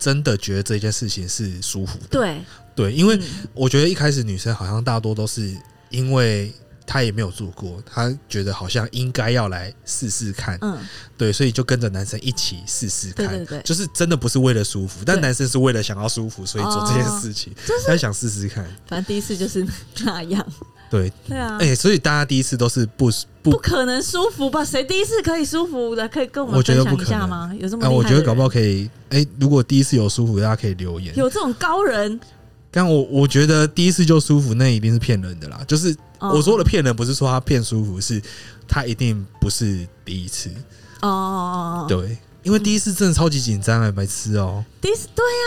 真的觉得这件事情是舒服的，对，对，因为嗯我觉得一开始女生好像大多都是因为她也没有做过，她觉得好像应该要来试试看，嗯对，所以就跟着男生一起试试看。对对对就是真的不是为了舒服，但对男生是为了想要舒服，所以做这件事情，就是他想试试看。反正第一次就是那样，对，对啊，哎、所以大家第一次都是不不不，可能舒服吧？谁第一次可以舒服的？可以跟我我们觉分得享不一可下能吗？有这么哎、厉害的人、我觉得搞不好可以。哎、如果第一次有舒服，大家可以留言。有这种高人。但我我觉得第一次就舒服，那一定是骗人的啦。就是哦我说的骗人，不是说他骗舒服，是他一定不是第一次。哦哦哦，哦对，因为第一次真的超级紧张哎，白痴哦、第一次对啊，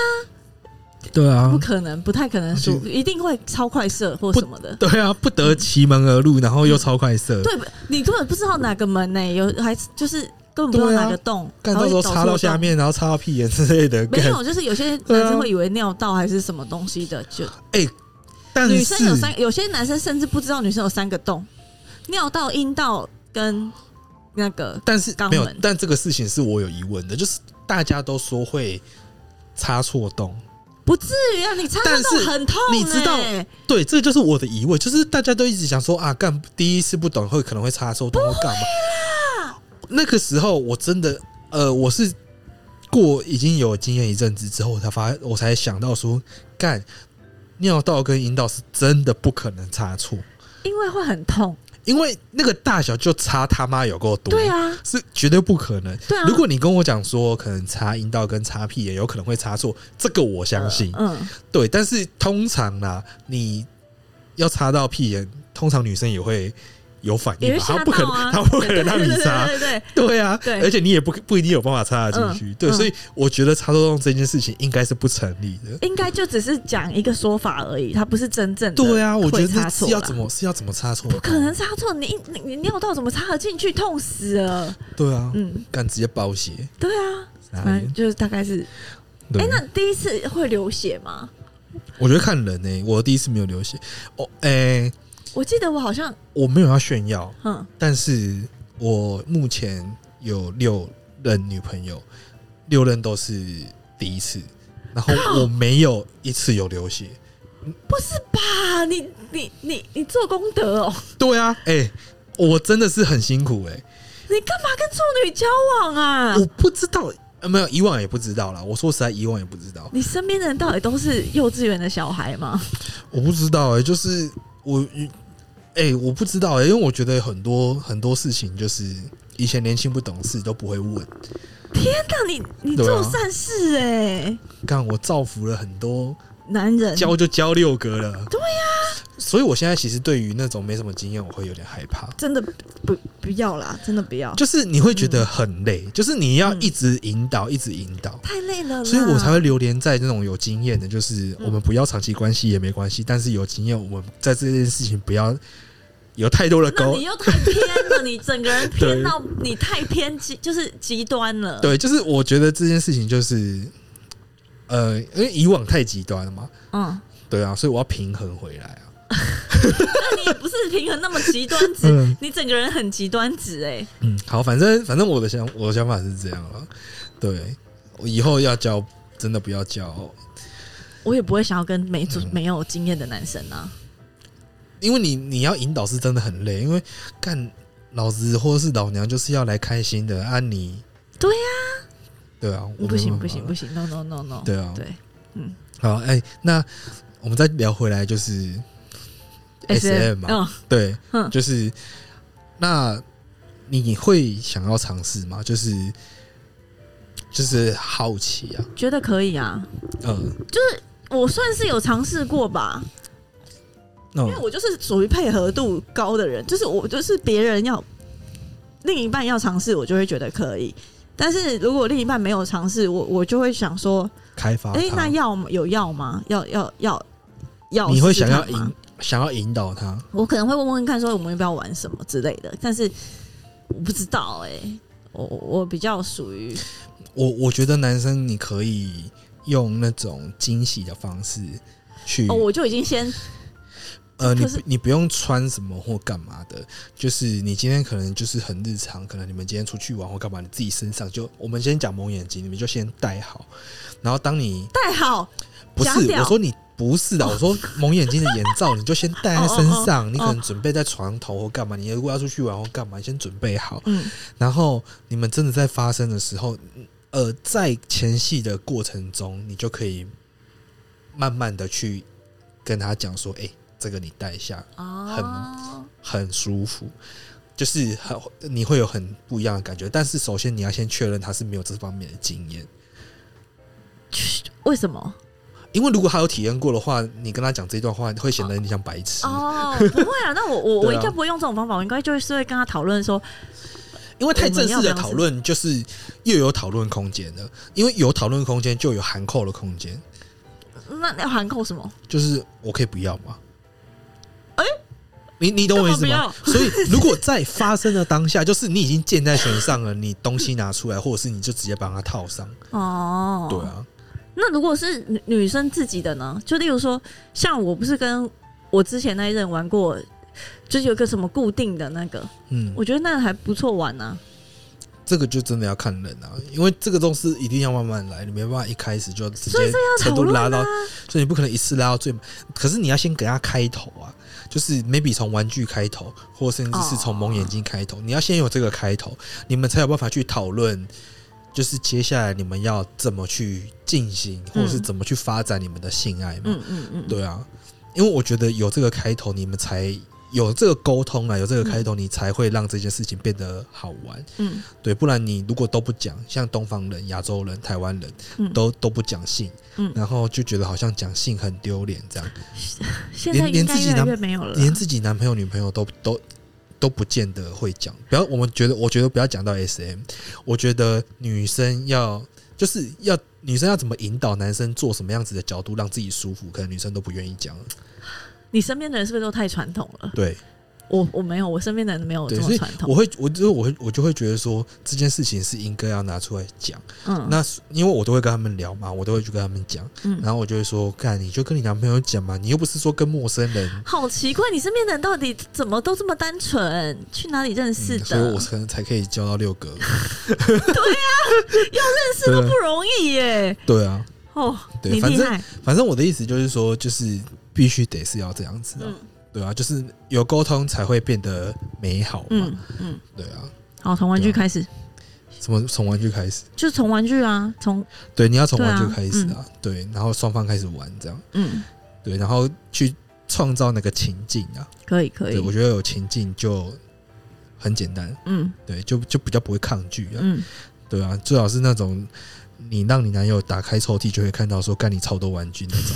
对啊不可能，不太可能而且舒服，一定会超快射或不什么的。 对啊，不得其门而入，然后又超快射。对，你根本不知道哪个门呢、有还就是根本不知道对啊哪个洞，干还到会时候走插错到下洞。面，然后插到屁眼之类的。没干有，就是有些对啊男生会以为尿道还是什么东西的，就但女是生有三，有些男生甚至不知道女生有三个洞，尿道、阴道跟那个但是肛没有门，但这个事情是我有疑问的，就是大家都说会插错洞，不至于啊，你插但到洞是很痛、欸，你知道对，这就是我的疑问，就是大家都一直想说啊，干第一次不懂会可能会插错洞或干嘛。那个时候我真的呃，我是过已经有经验一阵子之后，我才发我才想到说，干尿道跟阴道是真的不可能插错，因为会很痛。因为那个大小就差他妈有够多。对啊，是绝对不可能。对啊如果你跟我讲说，可能插阴道跟插屁也有可能会插错，这个我相信。嗯，对，但是通常啦，你要插到屁眼，通常女生也会有反也应会吧，他吓不可能，到啊他不可能让你杀，对对对对对对啊，对而且你也不不一定有办法插得进去，对，嗯所以我觉得插抽中这件事情应该是不成立的。应该就只是讲一个说法而已，它不是真正的对啊，我觉会得差错是啦要怎么是要怎么插错，不可能，插错，你你你尿道怎么插得进去？痛死 了！对啊，嗯，敢直接爆血，对啊，傻反眼正就是大概是。对哎、那你第一次会流血吗？我觉得看人呢、欸我第一次没有流血，哦，哎、我记得我好像，我没有要炫耀，嗯，但是我目前有六任女朋友，六任都是第一次，然后我没有一次有流血。不是吧？你你你你做功德哦？对啊，哎、我真的是很辛苦哎、你干嘛跟处女交往啊？我不知道，呃，没有，以往也不知道啦。我说实在，以往也不知道，你身边的人到底都是幼稚园的小孩吗？我不知道哎、就是我，哎、我不知道哎、因为我觉得很多很多事情就是以前年轻不懂事都不会问，天哪，你你对啊做善事哎、看我造福了很多男人教就教六个了。对呀、所以我现在其实对于那种没什么经验，我会有点害怕。真的不不要啦，真的不要，就是你会觉得很累，嗯就是你要一直引导，一直引导，太累了啦，所以我才会流连在那种有经验的，就是我们不要长期关系也没关系，但是有经验，我们在这件事情不要有太多的那沟你。又太偏了，你整个人 对偏到你太偏极，就是极端了。，对，就是我觉得这件事情就是，呃，因为以往太极端了嘛，嗯，对啊，所以我要平衡回来啊。那你也不是平衡那么极端值，嗯你整个人很极端值哎、嗯，好，反正反正我的想我的想法是这样了，对，我以后要交真的不要交，我也不会想要跟没嗯主没有经验的男生啊。因为你你要引导是真的很累，因为干老子或是老娘就是要来开心的啊你，对呀、对啊，我不行不行不行，行，no no no no，对啊，对好，哎、那我们再聊回来就是，SM 嘛，嗯，对，嗯就是那你会想要尝试吗？就是就是好奇啊，觉得可以啊。嗯，我算是有尝试过吧，那因为我就是属于配合度高的人，就是我就是别人要另一半要尝试，我就会觉得可以。但是如果另一半没有尝试，我我就会想说，开发它，哎、那要吗有要吗？要要要要？你会想要赢引？想要引导他，我可能会问问看，说我们要不要玩什么之类的。但是我不知道、哎，我我比较属于我我觉得男生你可以用那种惊喜的方式去，哦，我就已经先呃，你可不是你不用穿什么或干嘛的，就是你今天可能就是很日常，可能你们今天出去玩或干嘛，你自己身上就我们先讲蒙眼睛，你们就先戴好，然后当你戴好，不夹是掉我说你。不是的，我说蒙眼睛的眼罩，你就先戴哦在身上。你可能准备在床头或干嘛，你如果要出去玩或干嘛，你先准备好。嗯，然后你们真的在发生的时候，呃，在前戏的过程中，你就可以慢慢的去跟他讲说，哎、这个你戴一下哦，很舒服，就是很你会有很不一样的感觉。但是首先你要先确认他是没有这方面的经验，为什么？因为如果他有体验过的话，你跟他讲这段话会显得你像白痴， 哦，不会啊，那我我、我对啊应该不会用这种方法，我应该就是会跟他讨论说，因为太正式我们的要不要讨论就是又有讨论空间了，因为有讨论空间就有含扣的空间，那要函扣什么？就是我可以不要吗？你你懂我意思干吗嘛？所以如果在发生的当下， 就是你已经箭在弦上了，你东西拿出来，或者是你就直接把它套上，哦，对。啊，那如果是女女生自己的呢？就例如说，像我不是跟我之前那一任玩过，就是有一个什么固定的那个，嗯，我觉得那个还不错玩啊呢、这个就真的要看人啊，因为这个东西一定要慢慢来，你没办法一开始就直所以接这要程讨度论拉啊到，。所以你不可能一次拉到最满，可是你要先给他开头啊，就是 maybe 从玩具开头，或甚至是从蒙眼睛开头，你要先有这个开头，你们才有办法去讨论，就是接下来你们要怎么去进行，或者是怎么去发展你们的性爱嘛？嗯嗯嗯，对啊，因为我觉得有这个开头，你们才有这个沟通啊，有这个开头，你才会让这件事情变得好玩。嗯对，不然你如果都不讲，像东方人、亚洲人、台湾人，嗯都都不讲性，嗯然后就觉得好像讲性很丢脸这样，现在应连该自己越来拿越没有了啦。连自己男朋友、女朋友都都都不见得会讲。不要，我们觉得，我觉得不要讲到 SM，我觉得女生要就是要女生要怎么引导男生做什么样子的角度让自己舒服，可能女生都不愿意讲了。你身边的人是不是都太传统了？对我我没有，我身边的人没有对，这所么以传我统。会，我就我会我就会觉得说这件事情是应该要拿出来讲。嗯，那因为我都会跟他们聊嘛，我都会去跟他们讲，嗯然后我就会说，干你就跟你男朋友讲嘛，你又不是说跟陌生人。好奇怪，你身边的人到底怎么都这么单纯？去哪里认识嗯的？所以我才才可以交到六个。啊啊认识 都不容易耶！对啊，哦，对你反厉正害，反正我的意思就是说，就是必须得是要这样子啊，嗯对啊，就是有沟通才会变得美好嘛，嗯嗯，对啊。好，从玩具对啊开始，什么从玩具开始？就从玩具啊，从对，你要从对啊玩具开始啊，对，然后双方开始玩这样，嗯，对，然后去创造那个情境啊，可以可对我以，觉得有情境就很简单，嗯对，就就比较不会抗拒啊，嗯，对啊，最好是那种你让你男友打开抽屉就会看到说干你超多玩具那 种，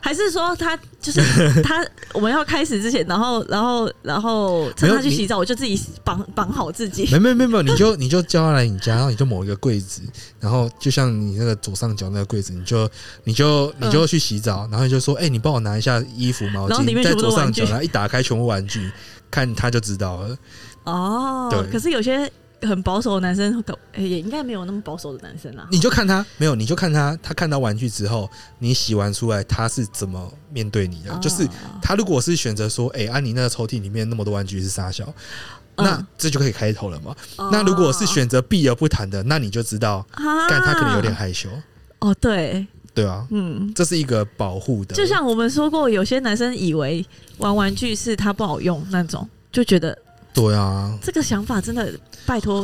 还是说他就是 他，我们要开始之前，然后然后然后趁没有他去你洗澡，我就自己绑绑好自己，没没没没有，你就你就叫他来你家，然后你就某一个柜子，然后就像你那个左上角那个柜子，你就你就你就去洗澡，然后你就说，哎、你帮我拿一下衣服嗯毛然后里巾，面在全部都左上玩具角，然后一打开全部玩具，看他就知道了。哦，对可是有些很保守的男生，搞诶也应该没有那么保守的男生啦。啊你就看他没有，你就看他，他看到玩具之后，你洗完出来他是怎么面对你的，就是。哦他如果是选择说，哎、安、妮那个抽屉里面那么多玩具是傻小，那嗯这就可以开头了嘛。哦那如果是选择避而不谈的，那你就知道，啊但他可能有点害羞，哦，对，对啊，嗯，这是一个保护的，就像我们说过，有些男生以为玩玩具是他不好用那种，就觉得对啊，这个想法真的拜托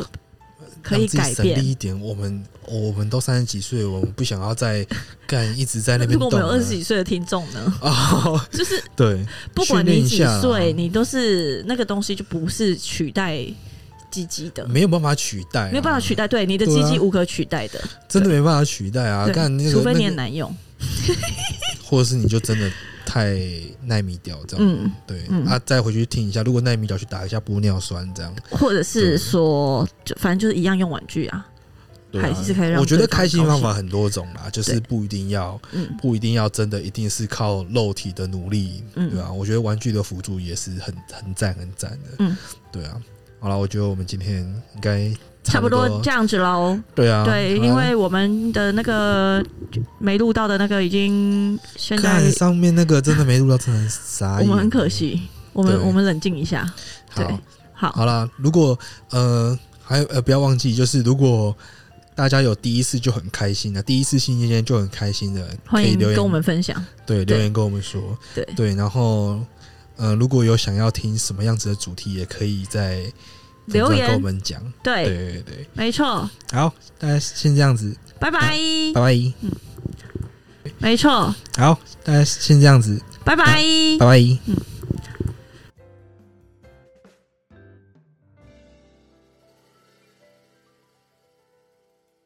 可让以自己改省力变。一点。我们我们都三十几岁了，我们不想要再干一直在那那边如果动啊我们有二了十几岁的听众呢？ 哦，就是对，不管训练你一几下啦啊岁，你都是那个东西就不是取代鸡鸡的，没有办法取代啊，没有办法取代，对你的对鸡啊鸡无可取代的，真的没办法取代啊！对干那个，除非你那很个，难用。或者是你就真的太耐米屌这样。嗯，对嗯啊，再回去听一下，如果耐米屌去打一下玻尿酸这样，或者对是说，就反正就是一样用玩具啊。对啊还是可以让我觉对得方开心高方兴法很多种啦，就是对不一定要嗯不一定要真的一定是靠肉体的努力，嗯对啊，我觉得玩具的辅助也是很很赞很赞的，嗯，对啊。好了，我觉得我们今天应该差不不多这样子喽。对啊，对，好啦因为我们的那个没录到的那个已经现在看上面那个真的没录到，真的很傻我眼，们很可。惜，我们对我们冷静一下。对好，，好，好啦，如果呃还有呃不要忘记，就是如果大家有第一次就很开心的，第一次性经验就很开心的，可欢以迎留言跟我们分享。对对留言跟我们说，对对，然后呃如果有想要听什么样子的主题，也可以在粉留专言跟我们讲。对对，对对，没错，好，大家先这样子，拜拜，拜拜。没错，好，大家先这样子，拜拜。拜拜。